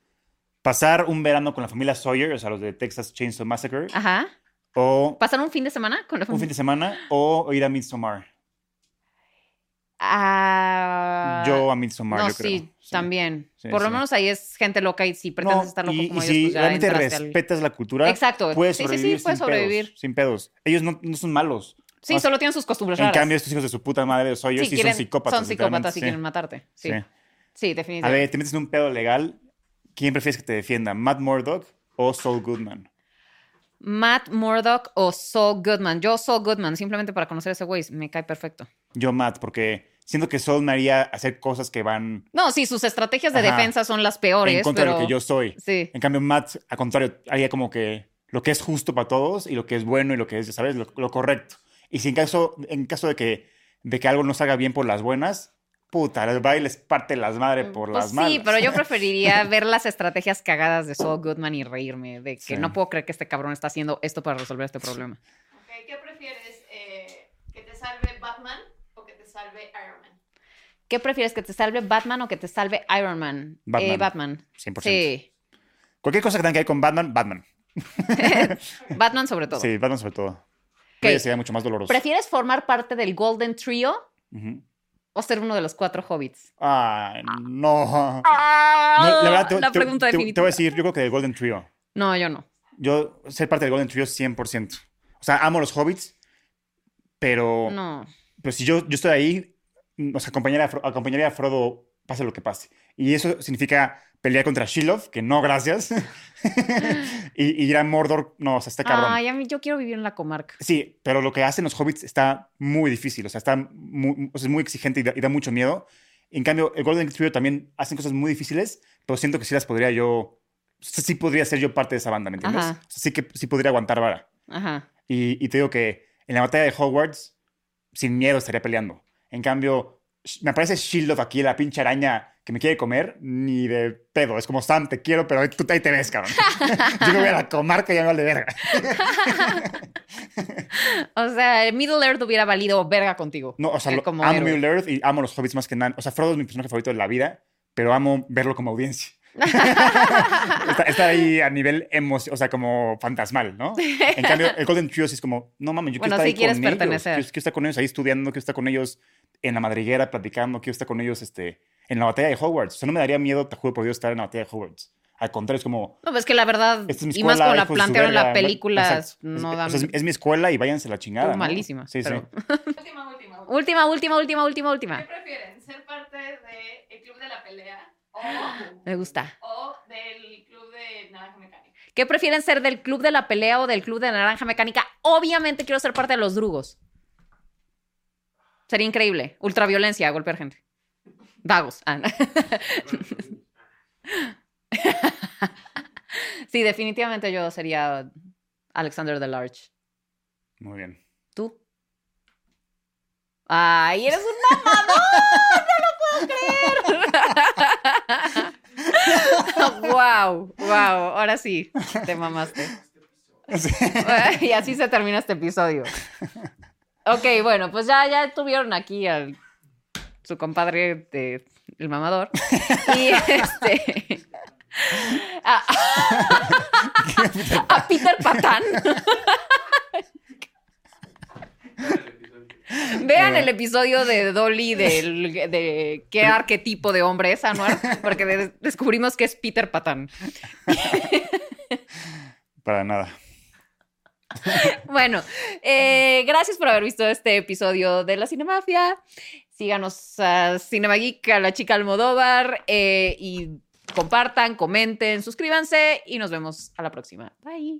B: ¿Pasar un verano con la familia Sawyer, o sea, los de Texas Chainsaw Massacre?
A: Ajá.
B: ¿O
A: ¿Pasaron Ah. un fin de semana con la
B: un fin
A: familia?
B: de semana? ¿O ir a Midsommar?
A: Ah.
B: yo a Midsommar,
A: no,
B: yo creo.
A: sí, también.
B: Sí,
A: Por lo
B: sí.
A: menos ahí es gente loca y si pretendes
B: No,
A: estar loco
B: y,
A: como
B: y
A: ellos,
B: si
A: pues ya
B: realmente
A: entraste al-
B: respetas la cultura,
A: Exacto.
B: puedes
A: sí, sí,
B: sobrevivir,
A: sí, puedes
B: sin,
A: sobrevivir.
B: Pedos, sin pedos. Ellos no, no son malos.
A: Sí,
B: Más-
A: solo tienen sus costumbres
B: En
A: raras.
B: cambio, estos hijos de su puta madre de Sawyer
A: sí,
B: sí,
A: quieren-
B: son psicópatas.
A: Son psicópatas y quieren
B: literalmente,
A: matarte. Sí.
B: sí,
A: Sí,
B: sí. A
A: definitivamente.
B: ver, te metes en un pedo legal. ¿Quién prefieres que te defienda? ¿Matt Murdock o Saul Goodman?
A: Matt Murdock o Saul Goodman. Yo Saul Goodman, simplemente para conocer a ese güey, me cae perfecto.
B: Yo, Matt, porque siento que Saul me haría hacer cosas que van
A: No, sí, sus estrategias de
B: Ajá.
A: defensa son las peores.
B: en contra de lo
A: pero-
B: que yo soy.
A: Sí.
B: En cambio, Matt, al contrario, haría como que lo que es justo para todos y lo que es bueno y lo que es, ya ¿sabes? Lo, lo correcto. Y si en caso, en caso de, que, de que algo no salga bien por las buenas, puta, les va y les parte las madres Eh, por
A: Pues
B: las malas.
A: Sí,
B: *laughs*
A: pero yo preferiría ver las estrategias cagadas de Saul Goodman y reírme de que
B: Sí.
A: no puedo creer que este cabrón está haciendo esto para resolver este problema.
C: Ok, ¿qué prefieres? eh, ¿Que te salve Batman o que te salve Iron Man?
A: ¿Qué prefieres, que te salve Batman o que te salve Iron Man?
B: Batman.
A: Eh, Batman.
B: 100%.
A: Sí.
B: Cualquier cosa que tenga que ver con Batman, Batman.
A: Batman sobre todo.
B: Sí, Batman sobre todo.
A: Ok.
B: Sería mucho más doloroso.
A: ¿Prefieres formar parte del Golden Trio
B: Ujú.
A: o ser uno de los cuatro hobbits?
B: Ah, no.
A: Ah, *laughs*
B: No, la verdad, te- te-
A: pregunta
B: te- te
A: definitiva.
B: voy a decir, yo creo que del Golden Trio.
A: No, yo no.
B: Yo ser parte del Golden Trio 100%. O sea, amo los hobbits, pero...
A: No.
B: pero si yo, yo estoy ahí, nos acompañaría a, Fro- acompañaría a Frodo, pase lo que pase. Y eso significa pelear contra Shiloh, que no, gracias. *laughs* y, y ir a Mordor, no, o sea, está cabrón.
A: Ay, a mí, yo quiero vivir en la comarca.
B: Sí, pero lo que hacen los hobbits está muy difícil, o sea, está muy, o sea, es muy exigente y da, y da mucho miedo. En cambio, el Golden Trio también hacen cosas muy difíciles, pero siento que sí las podría yo, o sea, sí podría ser yo parte de esa banda, ¿me entiendes?
A: Ajá.
B: O sea, sí que sí podría aguantar vara.
A: Ajá.
B: Y, y te digo que en la batalla de Hogwarts, sin miedo estaría peleando. En cambio, sh- me aparece Shield aquí, la pinche araña que me quiere comer, ni de pedo. Es como, Sam, te quiero, pero tú ahí te ves, cabrón. Yo me voy a la comarca y ya me vale verga.
A: O sea, Middle Earth hubiera valido verga contigo.
B: No, o sea,
A: Eh,
B: lo-
A: como
B: amo
A: héroe.
B: Middle Earth y amo los hobbits más que nada. O sea, Frodo es mi personaje favorito de la vida, pero amo verlo
A: *laughs*
B: como audiencia. está, está ahí a nivel emocional, o sea, como fantasmal, ¿no? En cambio, el Golden Trio sí es como, no mames, yo
A: Bueno,
B: quiero estar
A: sí
B: ahí con
A: quieres
B: ellos.
A: pertenecer.
B: Quiero, quiero estar con ellos ahí estudiando, quiero estar con ellos en la madriguera platicando, quiero estar con ellos este, en la batalla de Hogwarts. O sea, no me daría miedo, te juro por Dios, estar en la batalla de Hogwarts. Al contrario, es como...
A: No, pues que la verdad,
B: Esta es mi
A: y más
B: escuela,
A: como la
B: hijos de su
A: plantearon en la
B: verga.
A: película,
B: Exacto.
A: no
B: es,
A: dan...
B: o sea, es, es mi escuela y váyanse a la chingada.
A: Tú
B: ¿no?
A: malísima,
B: Sí,
A: pero-
B: sí.
C: Última,
A: Última,
C: última, última.
A: última, última, última,
C: ¿Qué
A: última.
C: prefieren? ¿Ser parte del club de la pelea o,
A: Me gusta.
C: o del club de naranja mecánica?
A: ¿Qué prefieren ser del club de la pelea o del club de naranja mecánica? Obviamente quiero ser parte de los drugos. Sería increíble. Ultraviolencia, golpear gente. Vagos. Ah, no. *laughs* Sí, definitivamente yo sería Alexander the Large.
B: Muy
A: *laughs*
B: bien.
A: ¿Tú? Ay, eres un *laughs* mamador, no lo puedo creer. wow, wow, ahora sí, te mamaste. y así se termina este episodio. Ok, bueno, pues ya, ya tuvieron aquí al su compadre de- el mamador. Y este. A, *laughs* a Peter Patán. Vean el episodio de Dolly del- de, qué arquetipo de hombre es Anuar, porque de- descubrimos que es Peter Patán.
B: Para nada.
A: Bueno, eh, gracias por haber visto este episodio de La Cinemafia. Síganos a Cinema Geek, a La Chica Almodóvar eh, y compartan, comenten, suscríbanse y nos vemos a la próxima. Bye.